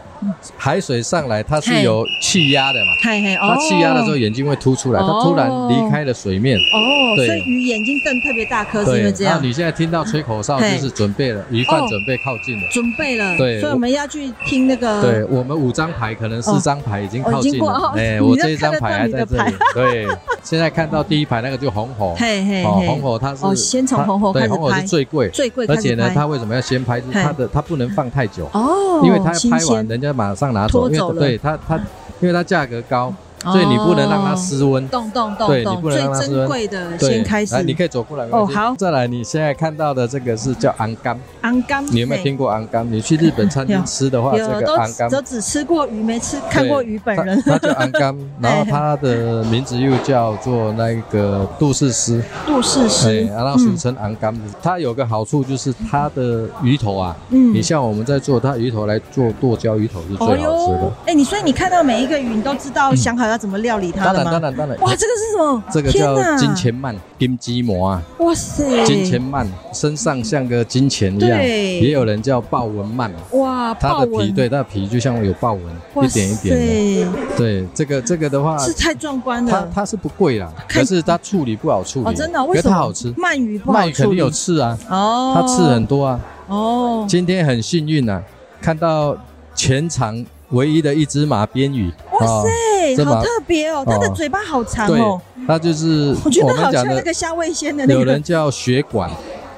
S3: 海水上来，它
S2: 嘿
S3: 是有气压的嘛。
S2: 嘿嘿，哦，
S3: 它气压的时候，眼睛会凸出来，它突然离开了水面。
S2: 哦，
S3: 对
S2: 所以鱼眼睛瞪特别大颗，哦是因
S3: 对
S2: 为，这
S3: 然
S2: 样
S3: 后。你现在听到吹口哨，就
S2: 嘿
S3: 是准备了，鱼贩
S2: 哦
S3: 准备靠近了。
S2: 准备了，
S3: 对
S2: 所以我
S3: 我
S2: 们要去听那个，
S3: 对我们五张牌，可能四张牌已经靠近
S2: 哦
S3: 了。哎
S2: 已经过哦你
S3: 我
S2: 在
S3: 这一张牌还在这
S2: 看得到你
S3: 里。对，现在看到第一排那个就红猴。
S2: 嘿嘿
S3: 哦，
S2: 嘿，
S3: 红猴它是
S2: 哦先从红猴开
S3: 它对，
S2: 始
S3: 红猴
S2: 拍
S3: 是最贵，
S2: 最贵开
S3: 而
S2: 始拍，
S3: 且呢，它为什么要先拍？就是
S2: 嘿
S3: 它的它不能放太久，
S2: 哦，
S3: 因为它
S2: 新
S3: 拍完
S2: 鲜
S3: 人家马上拿走，
S2: 拖
S3: 因为
S2: 走了哦
S3: 对它它因为它价格高，所以你不能让它失温。
S2: 动动动
S3: 对
S2: 动，
S3: 你不能
S2: 最
S3: 让它失
S2: 珍
S3: 温
S2: 贵的
S3: 对
S2: 先开始
S3: 来，，你可以走过来。没关系
S2: 哦好
S3: 再来，你现在看到的这个是叫昂干，
S2: 安甘，
S3: 你有没有
S2: 嘿
S3: 听过昂干？你去日本餐
S2: 有
S3: 厅吃的话，这
S2: 有
S3: 个昂
S2: 都
S3: 干
S2: 都只吃过鱼，没吃看过鱼本人。
S3: 他叫安甘，然后他的名字又叫做那个杜氏狮，
S2: 杜氏嗯
S3: 对，
S2: 狮，
S3: 然后俗称安甘。它有个好处就是它的鱼头啊，
S2: 嗯
S3: 你像我们在做它鱼头来做剁椒鱼头是最好
S2: 哦
S3: 吃的
S2: 哟。，哎，你所以你看到每一个鱼，你都知道想好要怎么料理它了
S3: 当然，当
S2: 吗？
S3: 然，当然。
S2: 哇，这个是什么？
S3: 这个
S2: 天哪
S3: 叫金，钱鳗、金鸡膜啊，
S2: 哇塞，
S3: 金钱，鳗身上像个金钱一样，
S2: 对
S3: 也有人叫豹纹鳗，
S2: 哇，
S3: 它
S2: 豹
S3: 的皮
S2: 纹，
S3: 对，它的皮就像有豹纹，
S2: 哇
S3: 一点一点的。
S2: 塞，
S3: 对，这个这个的话，
S2: 是太壮观
S3: 它
S2: 了。
S3: 它是不贵啦，
S2: 看
S3: 可是它处理不好处理，
S2: 哦，真的哦，
S3: 可
S2: 为
S3: 是
S2: 什么
S3: 它好吃，
S2: 鳗鱼不好
S3: 鳗鱼肯定有
S2: 处
S3: 刺啊，
S2: 理哦，
S3: 它刺很多啊。
S2: 哦，
S3: 今天很幸运啊，看到全场唯一的一只马鞭鱼，
S2: 哇
S3: 哦
S2: 塞，
S3: 这
S2: 好
S3: 把
S2: 特别哦，它的
S3: 哦
S2: 嘴巴好长
S3: 对
S2: 哦，，
S3: 它就是
S2: 我觉
S3: 我
S2: 得
S3: 们
S2: 好像
S3: 讲
S2: 那
S3: 的
S2: 个，虾味鲜的那个，
S3: 有人叫血管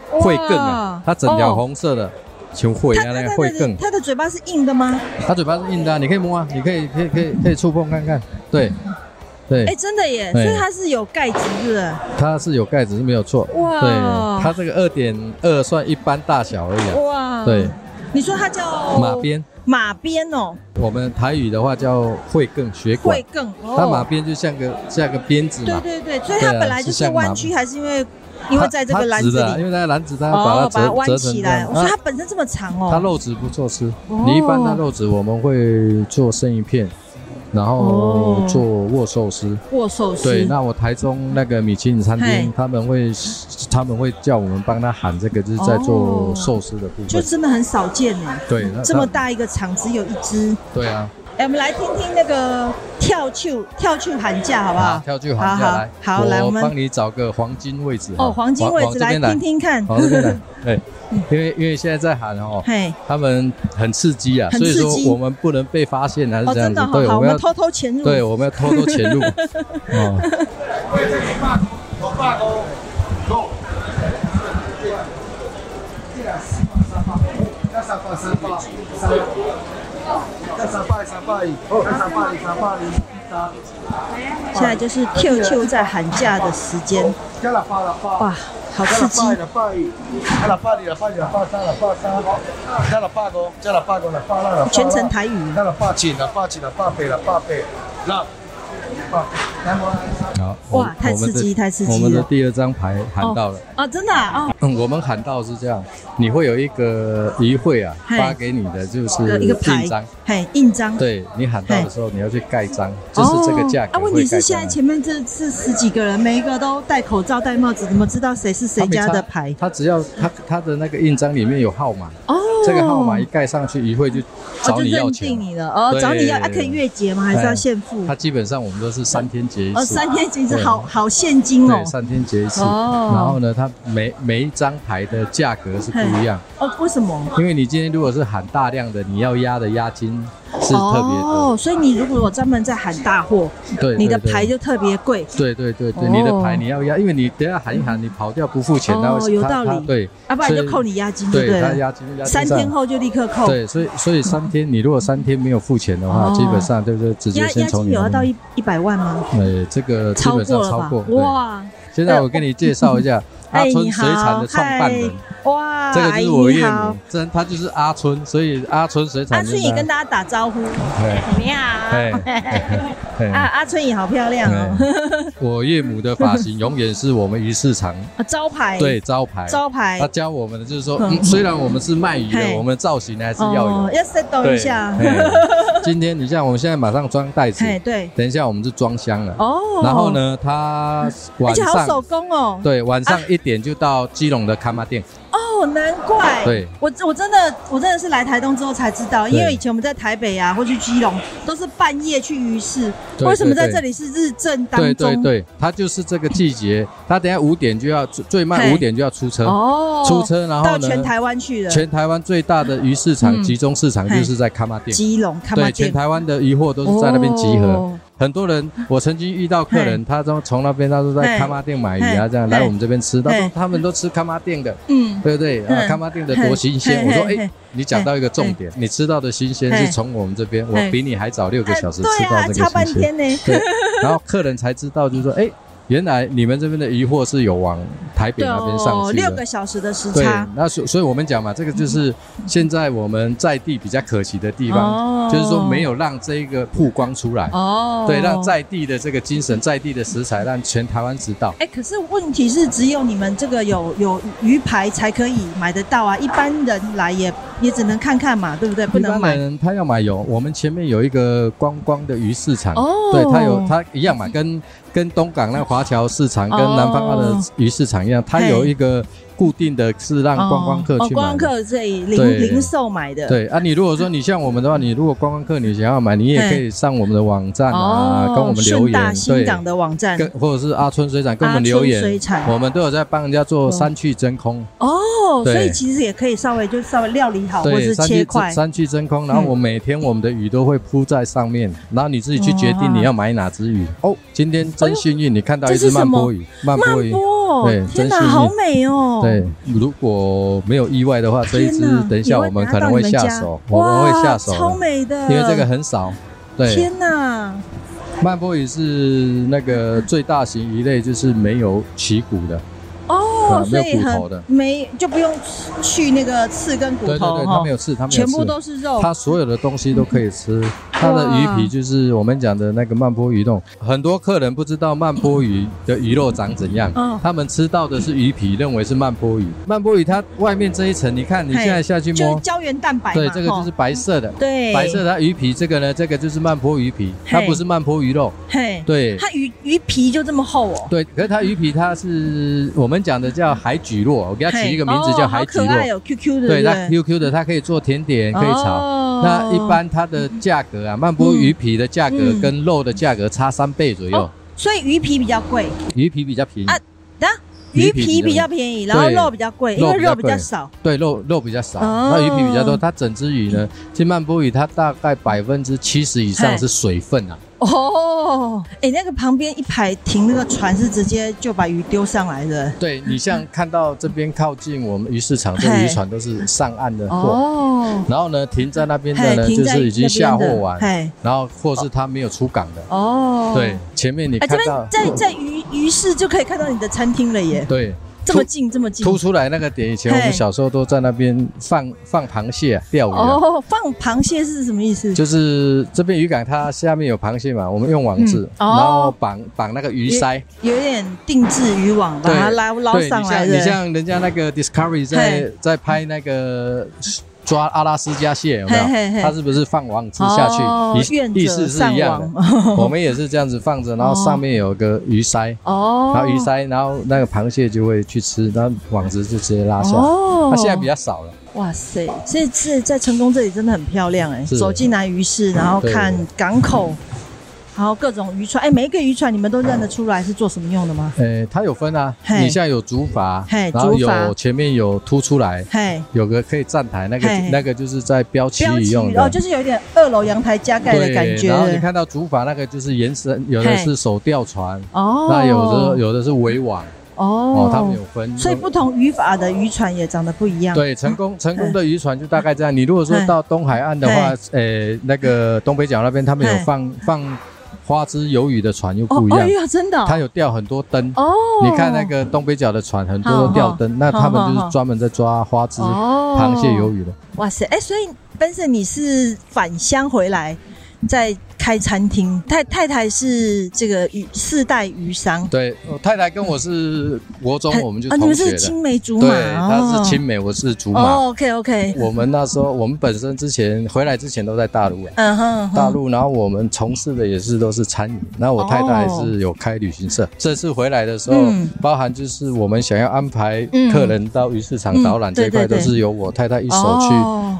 S3: 会更啊
S2: 哇，
S3: 它整条
S2: 哦
S3: 红色的。像会
S2: 它
S3: 啊，
S2: 它
S3: 那
S2: 它
S3: 个
S2: 的
S3: 会更，
S2: 它的嘴巴是硬的吗？
S3: 它嘴巴是硬的啊，你可以摸啊，你可以可以可以可以触碰看看，对，对
S2: 哎、，真的耶，所
S3: 对
S2: 以它是有钙质的。
S3: 它是有盖子是没有错，
S2: 哇
S3: 对，它这个二点二算一般大小而已啊，
S2: 哇，哦
S3: 对，
S2: 你说它叫
S3: 马，鞭，
S2: 马鞭哦，
S3: 我们台语的话叫会更血管
S2: 会，更哦，
S3: 它马鞭就像个像个鞭子
S2: 对
S3: 嘛，
S2: 对对，所以它
S3: 对啊
S2: 本来就是
S3: 是像马
S2: 弯曲，还是因为因为在这个篮子
S3: 它直的啊
S2: 里哦
S3: 因，为那个篮子它把它
S2: 把它
S3: 折
S2: 弯
S3: 折成
S2: 起
S3: 这
S2: 来。
S3: 样，
S2: 我说
S3: 啊
S2: 它本身这么长
S3: 它
S2: 哦，
S3: 肉质不错吃
S2: 哦，
S3: 你一般它肉质我们会做生鱼片，然
S2: 哦
S3: 后做握寿司。
S2: 握寿司，
S3: 对，那我台中那个米其林餐
S2: 嗨
S3: 厅，他们会他们会叫我们帮他喊这个，就是在
S2: 哦
S3: 做寿司的部
S2: 就
S3: 分。
S2: 真的很少见呢。
S3: 对，那
S2: 这么
S3: 那
S2: 大一个场只有一只。
S3: 对啊，
S2: 哎，我们来听听那个跳球跳球喊价好不啊好？
S3: 跳去黄
S2: 好好
S3: 家来，
S2: 好来我
S3: 我
S2: 们
S3: 帮你找个黄金位置
S2: 哦，黄金位置来听，听看。
S3: 往往这边来，往这边来，对，因为因为现在在喊哦，
S2: 嘿，
S3: 他们很刺激啊，
S2: 很
S3: 所以
S2: 刺
S3: 说
S2: 激
S3: 我们不能被发现还是
S2: 哦，
S3: 这样
S2: 真
S3: 子
S2: 的，好
S3: 对，
S2: 好，
S3: 我
S2: 我
S3: 们要
S2: 们偷偷潜入。
S3: 对，我们要偷偷潜 入。哦，
S2: 现在就是跳球在喊价的时间，哇，好刺激！全程台语，
S3: 好，
S2: 哇
S3: 我们
S2: 太
S3: 我
S2: 刺
S3: 们
S2: 激
S3: 的
S2: 太刺激了
S3: 我们的第二张牌喊到了。
S2: 哦，真的啊，哦，
S3: 嗯，我们喊到是这样，你会有一个一会啊
S2: 嗨
S3: 发给你的就
S2: 一
S3: 是
S2: 个一个牌
S3: 印章，，
S2: 嘿，印章。
S3: 对你喊到
S2: 嗨
S3: 的时候你要去盖章，就是这个价格
S2: 哦啊，问
S3: 会
S2: 题
S3: 盖
S2: 是现
S3: 章
S2: 在
S3: 啊。
S2: 前面这这十几个人，每一个都戴口罩、戴帽子，怎么知道谁是谁
S3: 他没
S2: 家的
S3: 差
S2: 牌？
S3: 他只要他他的那个印章里面有号码，
S2: 哦，
S3: 这个号码一盖上去，一会就
S2: 哦
S3: 找
S2: 就
S3: 你要
S2: 认
S3: 钱啊
S2: 定。你了，哦，
S3: 对哎
S2: 找你要啊，可以月结吗？还是要现付？
S3: 他基本上我们都是三天结一
S2: 哦，
S3: 次，
S2: 三天其实
S3: 对
S2: 好好现金哦
S3: 对，。三天结一次。
S2: 哦
S3: 然后呢，它每每一张牌的价格是不一样，
S2: 哦，为什么？
S3: 因为你今天如果是喊大量的，你要押的押金是特别多。
S2: 哦，所以你如果专门在喊大货，
S3: 对，
S2: 你的
S3: 对对
S2: 牌就特别贵。
S3: 对对对对，
S2: 哦
S3: 你的牌你要压，因为你等一下喊一喊，你跑掉不付钱，
S2: 哦
S3: 他会
S2: 有
S3: 他
S2: 道理
S3: 他对，
S2: 要、不然
S3: 所以
S2: 就扣你押金就
S3: 对他
S2: 了。
S3: 押金押金
S2: 三
S3: 上
S2: 天。后就立刻扣。
S3: 对，所以所以三天，你如果三天没有付钱的话，
S2: 哦
S3: 基本上对不对？直接
S2: 押
S3: 先
S2: 押
S3: 从
S2: 金
S3: 你
S2: 有要
S3: 那
S2: 到
S3: 边
S2: 一一百万吗？
S3: 呃，这个基
S2: 超
S3: 本上
S2: 过了
S3: 超
S2: 吧
S3: 过。？对，
S2: 哇！
S3: 现在我跟你介绍一下阿
S2: 哎，
S3: 春
S2: 你
S3: 水
S2: 好，
S3: 产的创办人，
S2: 嗨哇，
S3: 这个就是我
S2: 阿姨你
S3: 岳
S2: 好啊
S3: 母，，这他就是阿春，所以阿春水产
S2: 阿
S3: 就是
S2: 春
S3: 他。
S2: 也跟大家打招呼，
S3: 对
S2: 你好。
S3: 哎 对
S2: 啊，阿春也好漂亮哦，
S3: 我岳母的发型永远是我们鱼市场
S2: 啊招牌，
S3: 对招牌。
S2: 哎招牌
S3: 他，教我们的就是说，
S2: 嗯
S3: 嗯虽然我们是卖鱼
S2: 嘿哦
S3: 的，我们造型还是要有。哎
S2: 要 set 动一下，
S3: 嘿今天你像我们现在马上装袋子，
S2: 嘿，对，
S3: 等一下我们就装箱了。
S2: 哦，
S3: 然后？呢，他
S2: 而
S3: 晚
S2: 且好手
S3: 上
S2: 工哦，
S3: 对晚上一点就到基隆的卡玛店，
S2: 哦，难怪。
S3: 对，
S2: 我我真的我真的是来台东之后才知道，因为以前我们在台北啊，或去基隆，都是半夜去鱼市，
S3: 对
S2: 为什么在
S3: 对对
S2: 这里是日正啊当
S3: 对对
S2: 中？
S3: 对，他就是这个季节，他等一下五点就要最最
S2: 嘿
S3: 慢五点就要出车，
S2: 哦，
S3: 出车然后
S2: 到
S3: 呢，
S2: 全台湾去了，
S3: 全台湾最大的鱼市
S2: 嗯
S3: 场集中市场
S2: 嘿
S3: 就是在卡玛店，
S2: 基隆看
S3: 对，
S2: 不
S3: 全
S2: 见，
S3: 台湾的渔货都是在那边集合。
S2: 哦
S3: 很多人，我曾经遇到客人，他都从那边，他都
S2: 嘿
S3: 在卡玛店买鱼啊，
S2: 嘿
S3: 这样来我们这边吃，他
S2: 嘿
S3: 说他们都吃卡玛店的，
S2: 嗯，
S3: 对不对？啊，
S2: 嗯
S3: 卡玛店的多新鲜！
S2: 嘿
S3: 我说，
S2: 嘿嘿
S3: 哎，你讲到一个重点，你吃到的新鲜
S2: 嘿
S3: 是从我们这边，我
S2: 嘿
S3: 比你还早六个
S2: 哎
S3: 小时吃
S2: 对
S3: 到
S2: 啊，
S3: 这
S2: 差
S3: 个
S2: 半
S3: 新鲜。
S2: 天呢，
S3: 对，然后客人才知道，就是说，哎，原来你们这边的渔货是有往台北
S2: 对
S3: 那边上
S2: 哦，
S3: 去
S2: 六
S3: 的
S2: 个。小时的时
S3: 对
S2: 差，，
S3: 那所所以我们讲嘛，这个就是现在我们在地比较可惜的地
S2: 哦
S3: 方，就是说没有让这一个曝光出来。
S2: 哦，
S3: 对，让在地的这个精神、在地的食材，让全台湾知道。
S2: 哎、可是问题是，只有你们这个有有鱼排才可以买得到啊，一般人来也也只能看看嘛，对不对？不能
S3: 一
S2: 买
S3: 般。人他要买有，我们前面有一个观光的鱼市场，
S2: 哦
S3: 对，它有它一样嘛，跟跟东港那华侨市场、跟
S2: 哦
S3: 南方澳的鱼市场一样，它
S2: 嘿
S3: 有一个固定的是让观光客
S2: 哦，
S3: 去
S2: 观光
S3: 买的。
S2: 客这里零
S3: 对
S2: 零售买的，
S3: 对啊，你如果说你像我们的话，你如果观光客你想要买，你也
S2: 嘿
S3: 可以上我们的网站啊，
S2: 哦，
S3: 跟我们留
S2: 顺大
S3: 言，
S2: 新
S3: 对，
S2: 港的网站
S3: 跟或者是阿春水产跟我们留
S2: 阿春水
S3: 言
S2: 产，
S3: 我们都有在帮人家
S2: 哦
S3: 做三去真空，
S2: 哦，
S3: 对
S2: 所以其实也可以稍微就稍微料理好，哦或
S3: 对，
S2: 是
S3: 三
S2: 切
S3: 去
S2: 块。
S3: 三去真空，然后
S2: 嗯
S3: 我每天我们的鱼都会铺在上面，然后你自己去决定你要买哪只鱼。
S2: 嗯
S3: 哦，今天真幸运，你看到一
S2: 这
S3: 只
S2: 哎是什
S3: 慢
S2: 么
S3: 波鱼，慢
S2: 慢
S3: 波鱼。
S2: 波
S3: 对，
S2: 天哪，
S3: 真幸运
S2: 好美哦！
S3: 对，，如果没有意外的话，这一只
S2: 天哪
S3: 等一下我们可能会下手，
S2: 也会拿到你们家
S3: 我们会下
S2: 哇超
S3: 手的，
S2: 美的，
S3: 因为这个很少。对，
S2: 天哪，
S3: 慢波鱼是那个最大型鱼类，就是没有鳍骨的，
S2: 哦，
S3: 啊
S2: 所以
S3: 没有骨头
S2: 很
S3: 的
S2: 没就不用去那个刺跟骨
S3: 对对
S2: 头
S3: 对，
S2: 哈
S3: 它没有刺，它没有刺，
S2: 全部都是肉
S3: 它所有的东西都可以吃，它的
S2: 哇
S3: 鱼皮就是我们讲的那个曼波鱼冻。很多客人不知道曼波鱼的鱼肉长怎样，
S2: 嗯
S3: 他们吃到的是鱼皮，认为是曼波鱼。曼波鱼它外面这一层，你看你
S2: 嘿
S3: 现在下去
S2: 就是
S3: 摸，
S2: 胶原蛋白嘛，
S3: 对，这个就
S2: 吼
S3: 是白色的。
S2: 对
S3: 白色，的它鱼皮，这个呢，这个就是曼波鱼皮，它
S2: 嘿
S3: 不是曼波鱼肉。
S2: 嘿，
S3: 对
S2: 它鱼鱼皮就这么厚哦，
S3: 对，可是它鱼皮它是我们讲的叫海菊络，我给它
S2: 嘿
S3: 起一个名字
S2: 哦
S3: 叫海菊
S2: 好可爱
S3: 络。
S2: 哦，QQ 的，
S3: 对，它
S2: 不
S3: QQ 的，它可以做甜点，可以炒。
S2: 哦
S3: 那一，般它的价格啊，曼波鱼皮的价格
S2: 嗯
S3: 跟肉的价格差三倍左右
S2: 哦，所以鱼皮比较贵，
S3: 鱼皮比较便宜
S2: 啊，但鱼
S3: 鱼
S2: 皮比
S3: 皮比
S2: 较
S3: 较
S2: 便宜，然后
S3: 对
S2: 肉比较贵，因
S3: 肉
S2: 为
S3: 比较
S2: 肉比较
S3: 贵
S2: 少，
S3: 对，肉肉比较少，
S2: 哦
S3: 那鱼皮比较多。它整只鱼呢，其实曼波鱼它大概百分之七十以
S2: 嘿
S3: 上是水分啊，
S2: 哦，哎，那个旁边一排停那个船是直接就把鱼丢上来的，
S3: 对你像看到这边靠近我们鱼市场，这
S2: 嗯嘿
S3: 渔船都是上岸的货，
S2: 哦，
S3: 然后呢停在那边的
S2: 嘿，
S3: 呢
S2: 停
S3: 就
S2: 在
S3: 是已经下
S2: 那边
S3: 货
S2: 的
S3: 完，
S2: 嘿，
S3: 然后或是它没有出港的。
S2: 哦，
S3: 对，，前面你
S2: 哎，
S3: 看
S2: 这
S3: 到嗯
S2: 边，在在鱼鱼市就可以看到你的餐厅了耶，
S3: 对，
S2: 这么近这么近，
S3: 凸出来那个点，以前我
S2: 嘿
S3: 们小时候都在那边放放螃蟹啊、钓鱼啊。
S2: 哦，放螃蟹是什么意思？
S3: 就是这边渔港，它下面有螃蟹嘛，我们用网子，
S2: 嗯哦
S3: 然后绑绑那个鱼鳃，
S2: 有点定制渔网，把
S3: 对
S2: 它捞捞
S3: 对
S2: 上来
S3: 你像
S2: 的。嗯
S3: 你像人家那个 Discovery 在在拍那个抓阿拉斯加蟹有没
S2: 嘿嘿嘿
S3: 有？它是不是放网子下
S2: 哦
S3: 去？意
S2: 愿
S3: 意
S2: 者
S3: 思是
S2: 上
S3: 一样的。
S2: 网
S3: 我们也是这样子放着，然后上面有个鱼鳃，
S2: 哦，
S3: 然后鱼鳃，然后那个螃蟹就会去吃，然后网子就直接拉下来。
S2: 哦，
S3: 它现在比较少了，
S2: 哇塞，这次在成功这里真的很漂亮哎、
S3: 是
S2: 走进来鱼市，然后
S3: 对
S2: 看港口，然后各种渔船，哎、每一个渔船你们都认得出来是做什么用的吗？
S3: 呃，它有分啊，
S2: 嘿
S3: 你像有竹筏，
S2: 嘿
S3: 然后
S2: 竹筏
S3: 有前面有凸出来，
S2: 嘿，
S3: 有个可以站台，那个
S2: 嘿
S3: 那个就是在标旗
S2: 标
S3: 语
S2: 旗
S3: 用
S2: 哦，
S3: 的，
S2: 就是有一点二楼阳台加盖的
S3: 对
S2: 感觉
S3: 然后你看到竹筏那个就是延伸，有的是手吊船，
S2: 哦，
S3: 那有的有的是围网
S2: 哦
S3: 哦，他们有分。
S2: 所以不嗯同渔法的渔船也长得不一样。
S3: 对成功成功的渔船就大概这样。你如果说到东海岸的话，呃，那个东北角那边他们
S2: 嘿
S3: 有放放花枝游鱼的船又
S2: 哦
S3: 不一
S2: 哦，哎
S3: 样，
S2: 呀，真的哦
S3: 它有吊很多灯。
S2: 哦，
S3: 你看那个东北角的船很
S2: 好
S3: 多
S2: 好
S3: 吊灯，那他
S2: 好
S3: 们就
S2: 好
S3: 是专门在抓花枝、
S2: 哦
S3: 螃蟹、鱿鱼的。
S2: 哇塞，哎、所以 Benson 你是返乡回来，在开餐厅，太太太是这个鱼四代鱼商，
S3: 对，我太太跟我是国中
S2: 很，
S3: 我们就
S2: 啊，你
S3: 同
S2: 们
S3: 学
S2: 是
S3: 的。
S2: 青梅竹马，
S3: 对，她是青梅，我是竹
S2: 哦
S3: 马。
S2: 哦，OK OK，
S3: 我们那时候，我们本身之前回来之前都在大陆啊，
S2: 嗯哼，
S3: 大陆，然后我们从事的也是都是餐饮。那我太太
S2: 哦
S3: 是有开旅行社，这次回来的时候
S2: 嗯，
S3: 包含就是我们想要安排
S2: 嗯
S3: 客人到鱼市
S2: 嗯
S3: 场导览这一
S2: 对
S3: 块，
S2: 对
S3: 都
S2: 对
S3: 是由我太太一
S2: 一
S3: 手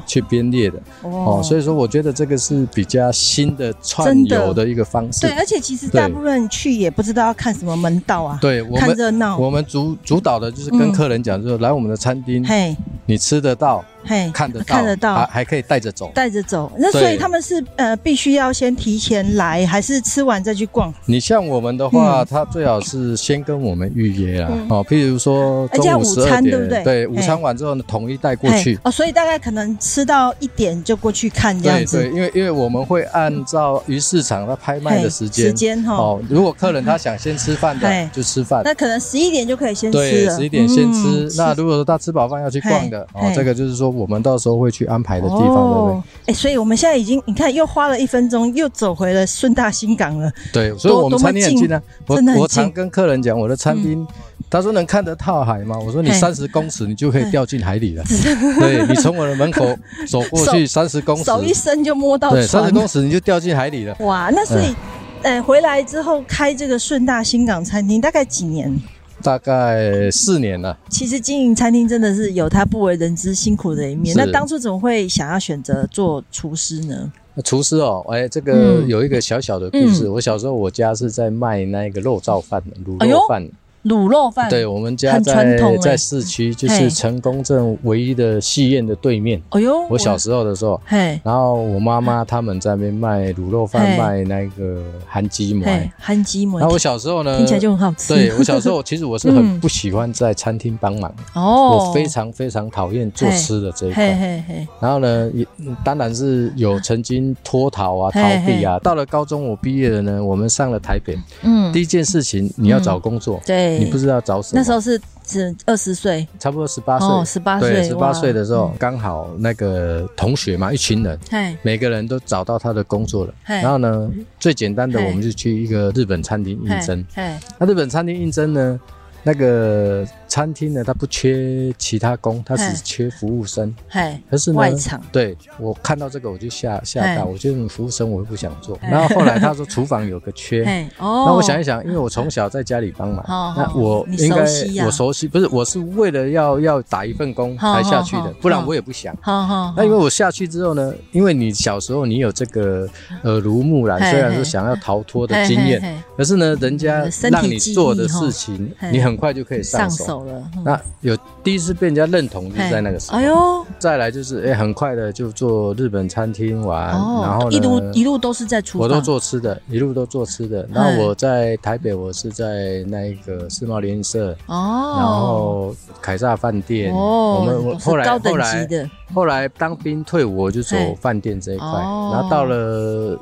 S3: 去去编列的
S2: 哦
S3: 哦。所以说，我觉得这个是比较新的串
S2: 真的
S3: 游的一个方式
S2: 对，。而且其实
S3: 对
S2: 大部分人去也不知道要看什么门道啊，
S3: 对，我
S2: 看
S3: 们
S2: 热闹，
S3: 我们主主导的就是
S2: 嗯
S3: 跟客人讲，就是来我们的餐厅，
S2: 嘿
S3: 你吃得到，
S2: 嘿，
S3: 看得到，
S2: 看得到
S3: 还还可以带着走。
S2: 带着走，那
S3: 对
S2: 所以他们是呃必须要先提前来，还是吃完再去逛？
S3: 你像我们的话，
S2: 嗯
S3: 他最好是先跟我们预约啦，哦，譬如说
S2: 哎这
S3: 中
S2: 样
S3: 午
S2: 午
S3: 十
S2: 餐
S3: 二
S2: 对不对哎嘿
S3: 点，对，午餐完之后呢，统一带过
S2: 嘿
S3: 去。
S2: 哦，所以大概可能吃到一点就过去看这样
S3: 对
S2: 子，
S3: 对，因为因为我们会按照鱼市场它拍卖
S2: 嘿
S3: 的时间
S2: 哎时间哈
S3: 哦，如果客人他想先吃饭
S2: 嘿
S3: 的就吃饭，
S2: 那可能十一点就可以先吃
S3: 对，
S2: 了，
S3: 十一点先吃。
S2: 嗯
S3: 那
S2: 是
S3: 如果说他吃饱饭要去逛
S2: 嘿
S3: 的哦
S2: 嘿，
S3: 这个就是说我们到时候会去安排的地方，对不对
S2: 哦？，哎、所以我们现在已经，你看又花了一分钟，又走回了顺大新港了。
S3: 对，所以
S2: 多
S3: 我们餐厅很近啊。
S2: 多
S3: 我
S2: 么近真的很
S3: 我
S2: 近嗯
S3: 常跟客人讲，我的餐厅，他说能看得到海吗？我说你
S2: 嘿
S3: 三十公尺你就可以掉进海里了。 对你从我的门口走过去三十公尺，
S2: 手一伸就摸到
S3: 对，三
S2: 船
S3: 十。公哎尺你就掉进海里了。
S2: 哇，那所以，呃，回来之后开这个顺大新港餐厅大概几年？
S3: 大概四年了，
S2: 其实经营餐厅真的是有它不为人知辛苦的一面。
S3: 是
S2: 那当初怎么会想要选择做厨师呢？
S3: 厨师哦，哎，这个
S2: 嗯
S3: 有一个小小的故事。我小时候我家是在卖那个肉燥饭的，卤
S2: 哎呦
S3: 肉饭。
S2: 卤肉饭。
S3: 对，我们家
S2: 很传
S3: 在
S2: 统哎
S3: 在市区，就
S2: 嘿
S3: 是成功镇唯一的戏院的对面。
S2: 哎呦，
S3: 我小时候的时候，
S2: 嘿
S3: 然后我妈妈他们在那边卖卤肉
S2: 嘿
S3: 饭，卖那个韩鸡馍。
S2: 嘿，憨鸡母
S3: 那我小时候呢，
S2: 听起来就很好吃。
S3: 对我小时候，其实我是
S2: 嗯
S3: 很不喜欢在餐厅帮忙，
S2: 哦，
S3: 我非常非常讨厌做吃的这一
S2: 嘿
S3: 块。
S2: 嘿嘿，
S3: 然后呢，也嗯当然是有曾经脱逃啊、
S2: 嘿
S3: 逃避啊。到了高中我毕业了呢，我们上了台北，
S2: 嗯，
S3: 第一件事情你要找工作，
S2: 对，
S3: 你不知道找什么。
S2: 那时候是只二十岁
S3: 差不多十八岁，
S2: 哦，十八
S3: 对，
S2: 岁，
S3: 十八岁的时候
S2: 哇，
S3: 刚好那个同学嘛，一群人，
S2: 嗯嘿，
S3: 每个人都找到他的工作了。
S2: 嘿
S3: 然后呢，最简单的，
S2: 嘿
S3: 我们就去一个日本餐厅应征。
S2: 嘿，
S3: 那日本餐厅应征呢，那个餐厅呢，它不缺其他工，它
S2: 嘿
S3: 只缺服务生。
S2: 嘿，
S3: 可是呢
S2: 外场，
S3: 对我看到这个我就吓吓到，
S2: 嘿
S3: 我觉得嗯服务生我又不想做。
S2: 嘿
S3: 然后后来他说厨房有个缺
S2: 嘿，，嘿，哦，
S3: 那我想一想，因为我从小在家里帮忙，
S2: 哦
S3: 那
S2: 哦
S3: 我
S2: 你
S3: 应该
S2: 熟悉呀
S3: 我熟悉，不是我是为了要要打一份工
S2: 哦
S3: 才下去
S2: 哦
S3: 的
S2: 哦，
S3: 不然
S2: 哦
S3: 我也不想。
S2: 好，好好，
S3: 那因为我下去之后呢，因为你小时候你有这个呃耳濡目染
S2: 嘿，
S3: 虽然
S2: 嘿
S3: 说想要逃脱
S2: 嘿
S3: 的经验，
S2: 嘿嘿
S3: 可是呢，人家
S2: 嗯身体
S3: 让你做的
S2: 记忆哦
S3: 事情
S2: 嘿，
S3: 你很快就可以上
S2: 上
S3: 手。
S2: 手了，嗯
S3: 那有第一次被人家认同就是
S2: 嘿
S3: 在那个时候
S2: 哎，呦，
S3: 再来就是哎，很快的就做日本餐厅玩，啊然
S2: 哦
S3: 后，呢
S2: 一路一路都是在厨
S3: 我
S2: 房，
S3: 都做吃的，一路都做吃的。然后我在台北，我是在那一个世贸联谊社，
S2: 哦，
S3: 然后凯撒饭店。
S2: 哦，
S3: 我们我
S2: 都是
S3: 后来
S2: 高等
S3: 后
S2: 级
S3: 来
S2: 的，
S3: 后来当兵退伍，我就走
S2: 嘿
S3: 饭店这一块。
S2: 哦
S3: 然后到了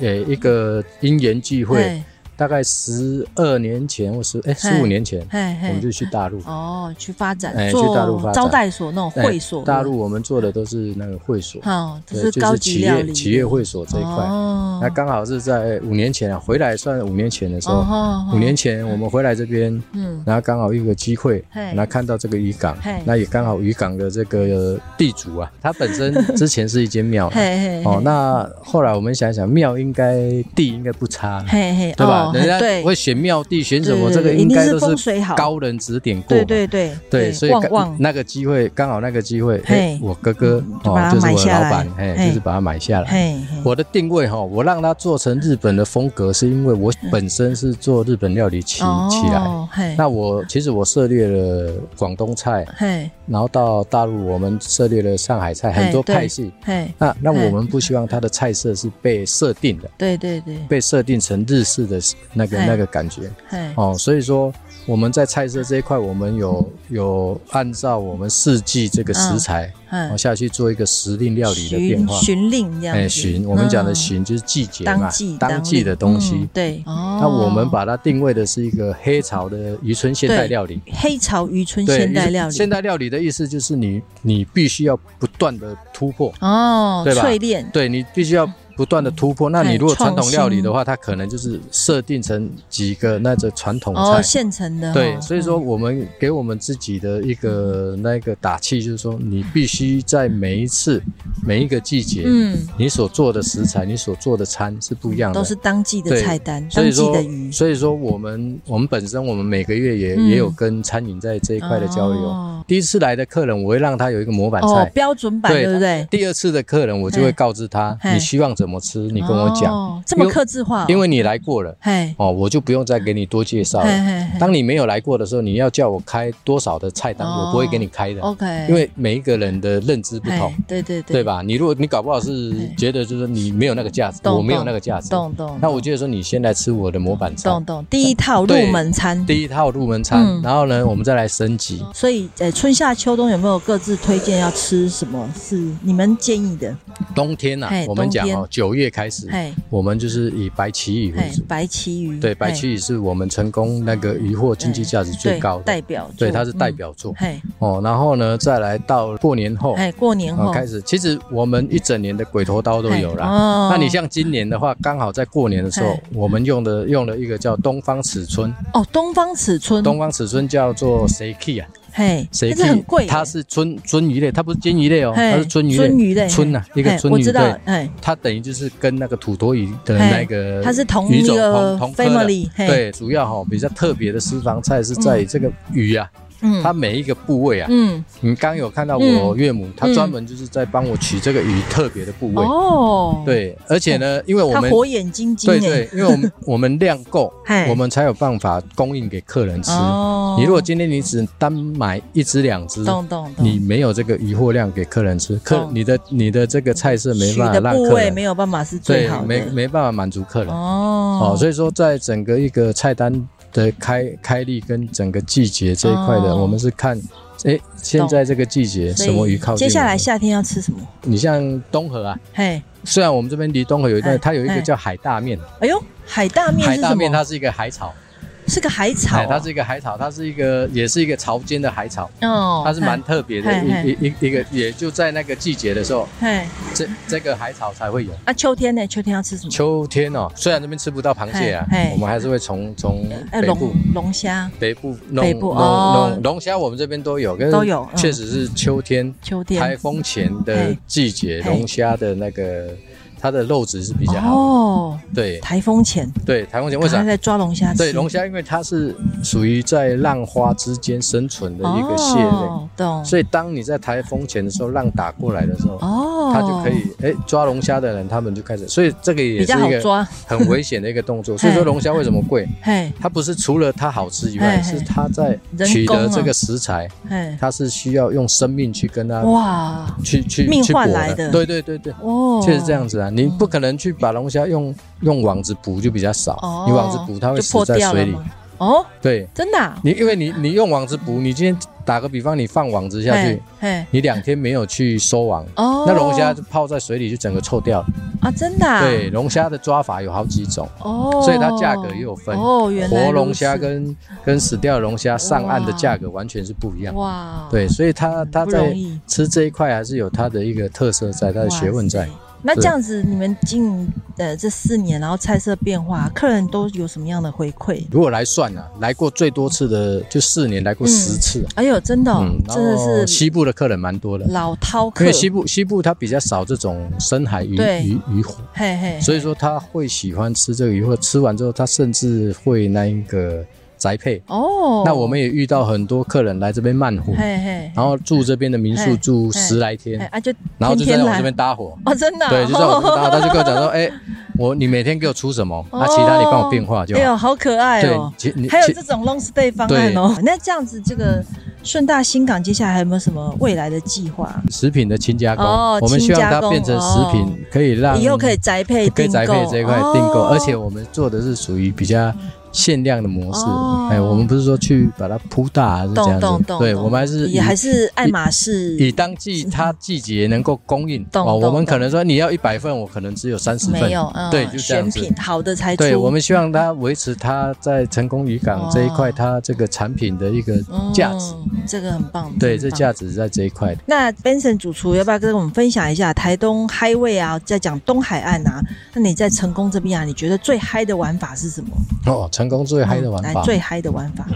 S3: 呃一个因缘聚会，
S2: 嘿，
S3: 大概十二年前或十哎十五年前，
S2: 嘿
S3: 我们
S2: 嘿，
S3: 就去大陆。
S2: 哦，去发展
S3: 哎
S2: 做
S3: 去大陆发展
S2: 招待所那种
S3: 哎
S2: 会所，
S3: 大陆我们做的都是那个会所，
S2: 哦，这
S3: 对
S2: 是
S3: 就
S2: 高
S3: 是
S2: 级
S3: 企
S2: 料
S3: 业
S2: 理
S3: 企业会所这一块。
S2: 哦，
S3: 那刚好是在五年前啊，回来算五年前的时候，
S2: 哦
S3: 五年，前我们回来这边，
S2: 嗯，
S3: 然后刚好有个机会，
S2: 嘿
S3: 然后看到这个渔港
S2: 嘿，
S3: 那也刚好渔港的这个地主啊，他本身之前是一间庙啊，
S2: 嘿嘿，
S3: 哦
S2: 嘿，
S3: 那后来我们想一想，庙应该地应该不差，
S2: 嘿嘿，
S3: 对吧
S2: 哦？
S3: 人家
S2: 对
S3: 会选庙地选什么，
S2: 对对
S3: 这个
S2: 对一
S3: 应
S2: 定
S3: 该
S2: 是
S3: 都
S2: 风
S3: 是
S2: 水好
S3: 高人指点过
S2: 对
S3: 嘛，
S2: 对对
S3: 对，所以
S2: 旺
S3: 刚
S2: 旺，
S3: 那个机会刚好那个机会，
S2: 嘿嗯
S3: 哎，我哥哥
S2: 就把
S3: 哦
S2: 它
S3: 就是
S2: 买
S3: 我的
S2: 下
S3: 老
S2: 来
S3: 板，
S2: 嘿
S3: 哎，就是把它买下来。
S2: 嘿嘿，
S3: 我的定位哈、我让它做成日本的风格，是因为我本身是做日本料理起、起来。
S2: 嗯哦，嘿，
S3: 那我其实我涉猎了广东菜，
S2: 嘿
S3: 然后到大陆我们涉猎了上海菜，
S2: 嘿
S3: 很多
S2: 哎对哎
S3: 派系。
S2: 嘿，
S3: 那那
S2: 嘿
S3: 我们不希望它的菜色是被设定的，
S2: 对对对，
S3: 被设定成日式的那个
S2: 嘿
S3: 那个感觉
S2: 嘿，
S3: 哦。所以说我们在菜色这一块，我们 有有按照我们四季这个食材，
S2: 嗯
S3: 哦，下去做一个时令料理的
S2: 循
S3: 变化。
S2: 循令这样子，
S3: 哎，旬，我们讲的
S2: 嗯
S3: 旬就是季节嘛，
S2: 当季
S3: 当季的东西。
S2: 嗯对，那
S3: 那我们把它定位的是一个黑潮的渔村现代料理。
S2: 黑潮渔村
S3: 对，
S2: 现代料
S3: 渔
S2: 理，
S3: 现代料理的意思就是你你必须要不断的突破，
S2: 哦，
S3: 对吧
S2: 淬炼，
S3: 对你必须要不断的突破。那你如果传统料理的
S2: 创
S3: 话，它可能就是设定成几个那个传统
S2: 哦，
S3: 菜。
S2: 现成的哦，
S3: 对，所以说
S2: 嗯
S3: 我们给我们自己的一个那个打气，就是说你必须在每一次每一个季节，
S2: 嗯，
S3: 你所做的食材，你所做的餐是不一样的，
S2: 都是当季的
S3: 对
S2: 菜单，
S3: 所
S2: 当
S3: 以
S2: 季
S3: 说
S2: 的鱼，
S3: 所以说我们我们本身我们每个月也、
S2: 嗯
S3: 也有跟餐饮在这一块的交流。
S2: 哦
S3: 第一次来的客人，我会让他有一个模板
S2: 哦
S3: 菜，。
S2: 标准版
S3: 对
S2: 对不对？
S3: 第二次的客人，我就会告知他
S2: 嘿
S3: 你希望怎么吃，你跟我讲，
S2: 哦这么克制化哦，
S3: 因为你来过了
S2: 嘿，
S3: 哦，我就不用再给你多介绍
S2: 嘿
S3: 了。
S2: 嘿嘿
S3: 当你没有来过的时候，你要叫我开多少的菜单，
S2: 哦
S3: 我不会给你开的，
S2: ，OK，
S3: 因为每一个人的认知不
S2: 嘿
S3: 同，
S2: 对对
S3: 对？吧？你如果你搞不好是
S2: 嘿
S3: 觉得就是你没有那个价值，
S2: 懂
S3: 我没有
S2: 懂
S3: 那个价值，
S2: 懂懂，
S3: 那我觉得说你先来吃我的模板菜，
S2: 懂懂，第一套入
S3: 对
S2: 门餐，
S3: 第一套入门餐，
S2: 嗯
S3: 然后呢，我们再来升级。
S2: 所以，呃，春夏秋冬有没有各自推荐要吃什么？是你们建议的？
S3: 冬天啊
S2: 嘿，
S3: 我们讲
S2: 冬
S3: 哦，九月开始，
S2: 嘿，
S3: 我们就是以白旗鱼为
S2: 嘿
S3: 主，。
S2: 白旗鱼，
S3: 嗯对，白
S2: 嘿
S3: 旗鱼是我们成功那个渔获经济价值最高
S2: 对
S3: 的
S2: 代，表，
S3: 对，它是代，表作
S2: 嗯、嘿，
S3: 哦。然后呢，再来到过年后
S2: 哎，过年
S3: 啊
S2: 后
S3: 开始，其实我们一整年的鬼头刀都有
S2: 嘿
S3: 啦。
S2: 哦，
S3: 那你像今年的话，刚好在过年的时候
S2: 嘿，
S3: 我们用的用了一个叫东方尺春，
S2: 哦，东方尺春，
S3: 东方尺春叫做 seki 啊，
S2: 嘿，
S3: 谁
S2: 但是很贵耶，
S3: 它是鳟鳟鱼类，它不是煎鱼类哦，
S2: 嘿
S3: 它是鳟鱼类。
S2: 鳟鱼类
S3: 鳟啊，一个
S2: 嘿
S3: 鳟
S2: 我
S3: 鱼
S2: 知道
S3: 类，，
S2: 哎，
S3: 它等于就是跟那个土托鱼的
S2: 嘿
S3: 那个，
S2: 它是同
S3: 鱼
S2: 一
S3: 种
S2: 个
S3: 同同科的。
S2: family，嘿，
S3: 对，主要哈比较特别的私房菜是在于这个鱼啊，
S2: 嗯，
S3: 它每一个部位啊，
S2: 嗯，
S3: 你刚有看到我
S2: 嗯
S3: 岳母，她
S2: 嗯
S3: 专门就是在帮我取这个鱼特别的部位。
S2: 哦，，
S3: 对，而且呢，因为我
S2: 它
S3: 们
S2: 火眼金睛，
S3: 对
S2: 哎，
S3: 对，因为 我们我们量够
S2: 嘿，
S3: 我们才有办法供应给客人吃。
S2: 哦，
S3: 你如果今天你只单买一只两只，
S2: 懂懂懂，
S3: 你没有这个鱼货量给客人吃，客
S2: 懂
S3: 你的你的这个菜色没
S2: 取
S3: 办法
S2: 的
S3: 让
S2: 部
S3: 客
S2: 位
S3: 人
S2: 没有办法是最
S3: 对
S2: 好的，
S3: 没没办法满足客人哦
S2: 哦，
S3: 所以说在整个一个菜单的开开立跟整个季节这一块的，
S2: 哦
S3: 我们是看。哎，现在这个季节
S2: 所以
S3: 什么鱼靠近？
S2: 接下来，夏天要吃什么？
S3: 你像东河啊，
S2: 嘿，
S3: 虽然我们这边离东河有一
S2: 哎
S3: 段，它有一
S2: 哎
S3: 个叫海大面，
S2: 哎呦，海大面
S3: 海
S2: 是什
S3: 大
S2: 么？
S3: 面它是一个海草，
S2: 是个海草
S3: 哎，它
S2: 哦，
S3: 是一个海草，它是一个也是一个潮间的海草，
S2: 哦
S3: 它是蛮特别的
S2: 嗨嗨
S3: 一一一一个，也就在那个季节的时候，
S2: 嘿，嘿
S3: 这这个海草才会有。
S2: 啊，秋天呢？秋天要吃什么？
S3: 秋天哦，虽然这边吃不到螃蟹啊
S2: 嘿嘿，
S3: 我们还是会从从
S2: 哎，
S3: 北部
S2: 龙龙虾，
S3: 北部
S2: 北
S3: 龙
S2: 部
S3: 龙
S2: 哦
S3: 龙龙虾，我们这边都有，跟
S2: 都有嗯
S3: 确实是秋天
S2: 秋
S3: 开
S2: 天
S3: 封前的季节，
S2: 嘿
S3: 龙虾的那个它的肉质是比较好的。
S2: 哦，
S3: 对
S2: 台风前，
S3: 对，台风前为
S2: 赶快
S3: 啥？
S2: 在抓龙虾吃，
S3: 对龙虾，因为它是属于在浪花之间生存的一个蟹类，
S2: 哦，懂，
S3: 所以当你在台风前的时候，浪打过来的时候，
S2: 哦，
S3: 它就可以哎抓龙虾的人，他们就开始，所以这个
S2: 比
S3: 也是
S2: 较
S3: 一
S2: 好
S3: 个
S2: 抓，
S3: 很危险的一个 动作。所以
S2: 嘿
S3: 说龙虾为什么贵？
S2: 嘿，
S3: 它不是除了它好吃以
S2: 嘿
S3: 外，
S2: 嘿
S3: 是它在
S2: 哎人
S3: 取
S2: 工啊哎
S3: 得这个食材，
S2: 嘿，
S3: 它是需要用生命去跟它
S2: 哇，
S3: 去去
S2: 嗯命
S3: 去
S2: 换
S3: 搏
S2: 来的
S3: 对对对对，
S2: 哦，
S3: 确实这样子啊。你不可能去把龙虾用用网子捕就比较
S2: 哦
S3: 少，你网子捕它会
S2: 就
S3: 死
S2: 破
S3: 在
S2: 掉
S3: 水
S2: 了
S3: 里。
S2: 吗？哦，
S3: 对
S2: 真的啊，
S3: 你，因为你你用网子捕，你今天打个比方，你放网子下去
S2: 嘿，，嘿，
S3: 你两天没有去收网，
S2: 哦，
S3: 那龙虾就泡在水里就整个臭掉了。
S2: 啊，真的啊，
S3: 对，龙虾的抓法有好几种，
S2: 哦，
S3: 所以它价格也有分
S2: 哦，原来
S3: 活
S2: 如
S3: 龙虾
S2: 此
S3: 跟跟死掉的龙虾上岸的
S2: 哇
S3: 价格完全是不一样。
S2: 哇，
S3: 对，，所以它它
S2: 不容
S3: 在
S2: 易
S3: 吃这一块还是有它的一个特色在，它的学问在。。
S2: 那
S3: 对
S2: 这样子，你们经营呃这四年，然后菜色变化，客人都有什么样的回馈？
S3: 如果来算啊，来过最多次的就四年，来过
S2: 嗯
S3: 十次啊。
S2: 哎呦，真的哦、
S3: 嗯，然
S2: 真
S3: 后
S2: 的是
S3: 西部的客人蛮多的，
S2: 老饕
S3: 因
S2: 客
S3: 为，西部西部它比较少这种深海鱼
S2: 对
S3: 鱼鱼火，
S2: 嘿嘿，
S3: 所以说他会喜欢吃这个鱼货，吃完之后他甚至会那一个宅配。
S2: 哦，
S3: 那我们也遇到很多客人来这边慢火，
S2: 嘿嘿，
S3: 然后住这边的民
S2: 嘿
S3: 宿住十来
S2: 嘿
S3: 天，
S2: 哎啊就
S3: 然后就在
S2: 天天
S3: 我
S2: 来
S3: 这边搭伙。
S2: 哦，真的啊、
S3: 对，就在我这边搭伙，他 就跟我讲说，哎，我你每天给我出什么，
S2: 哦
S3: 啊，其他你帮我变化就
S2: 哎
S3: 好。
S2: 呦，好可爱
S3: 对
S2: 哦，。
S3: 其你
S2: 还有
S3: 其
S2: 这种 long stay 方案哦，那这样子，这个顺大新港接下来还有没有什么未来的计划？
S3: 食品的轻加工
S2: 哦，
S3: 我们希望
S2: 轻加
S3: 它
S2: 工
S3: 变成食
S2: 哦
S3: 品，可以让
S2: 以后可以宅配
S3: 可以
S2: 订
S3: 宅配
S2: 购
S3: 这一块
S2: 哦
S3: 订购，而且我们做的是属于比较限量的模式
S2: 哦。
S3: 哎，我们不是说去把它铺大啊还是这
S2: 懂
S3: 样
S2: 懂
S3: 子，
S2: 懂，
S3: 对
S2: 懂
S3: 我们还是以
S2: 也还是爱马仕
S3: 以当季它季节能够供应。哦
S2: 懂懂
S3: 我
S2: 懂
S3: 们可能说你要一百份，我可能只有三十份
S2: 没。有，嗯，
S3: 对就这
S2: 选
S3: 样子
S2: 品好的才出。
S3: 对，我们希望它维持它在成功渔港这一块，
S2: 哦
S3: 它这个产品的一个
S2: 嗯
S3: 价值。
S2: 这个很棒。
S3: 对，
S2: 很
S3: 这
S2: 棒。
S3: 价值在这一块。
S2: 那 Benson 主厨要不要跟我们分享一下台东嗨味啊？在讲东海岸啊，那你在成功这边啊，你觉得最嗨的玩法是什么？
S3: 哦，成功最嗨的玩
S2: 嗯
S3: 法
S2: 来。最嗨的玩法，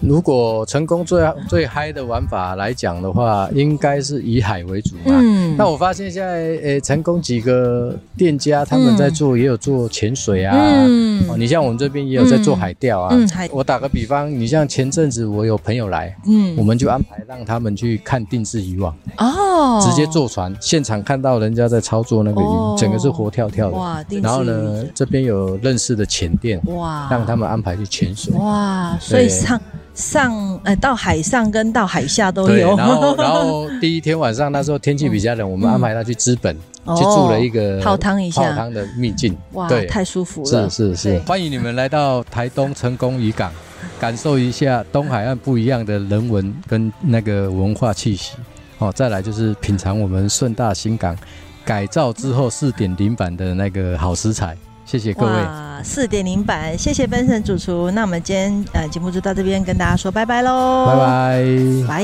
S3: 如果成功最啊最嗨的玩法来讲的话，应该是以海为主嘛。
S2: 嗯
S3: 那我发现现在，诶、成功几个店家他们在做，也有做潜水啊。哦，
S2: 嗯
S3: 你像我们这边也有在做海钓啊。
S2: 嗯海
S3: 我打个比方，你像前阵子我有朋友来，我
S2: 嗯
S3: 们就安排让他们去看定制渔网，
S2: 哦，
S3: 直接坐船，现场看到人家在操作那个鱼，
S2: 哦
S3: 整个是活跳跳的。
S2: 哇，定制
S3: 然后呢，这边有认识的潜店，
S2: 哇，
S3: 让他们安排去潜水。
S2: 哇，所以
S3: 对
S2: 上上呃到海上跟到海下都
S3: 对，
S2: 有，
S3: 然后然后第一天晚上那时候天气比较冷，我们安排他去资本去住了一
S2: 哦
S3: 个
S2: 泡汤一下
S3: 泡汤的秘境。
S2: 哇，
S3: 对，
S2: 太舒服了
S3: 是，是是
S2: 对，
S3: 欢迎你们来到台东成功渔港，感受一下东海岸不一样的人文跟那个文化气息。哦，再来就是品尝我们顺大新港改造之后四点零版的那个好食材。谢谢各位。
S2: 哇，四点零版，谢谢 Benson 主厨。那我们今天呃节目就到这边，跟大家说拜拜喽，
S3: 拜，拜。
S2: 拜。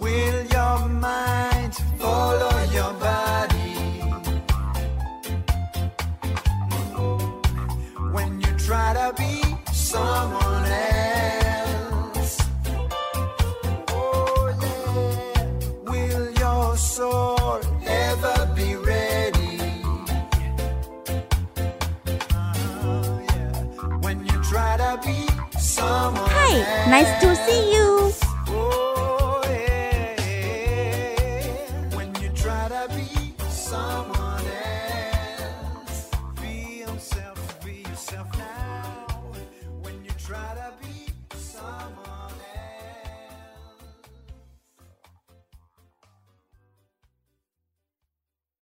S4: Will your mind follow your body? When you try to be someone else, oh yeah. Will your soul ever be ready? Uh, Uh-huh, yeah. When you try to be someone
S5: Hi,
S4: else.
S5: nice to see you.
S4: Oh,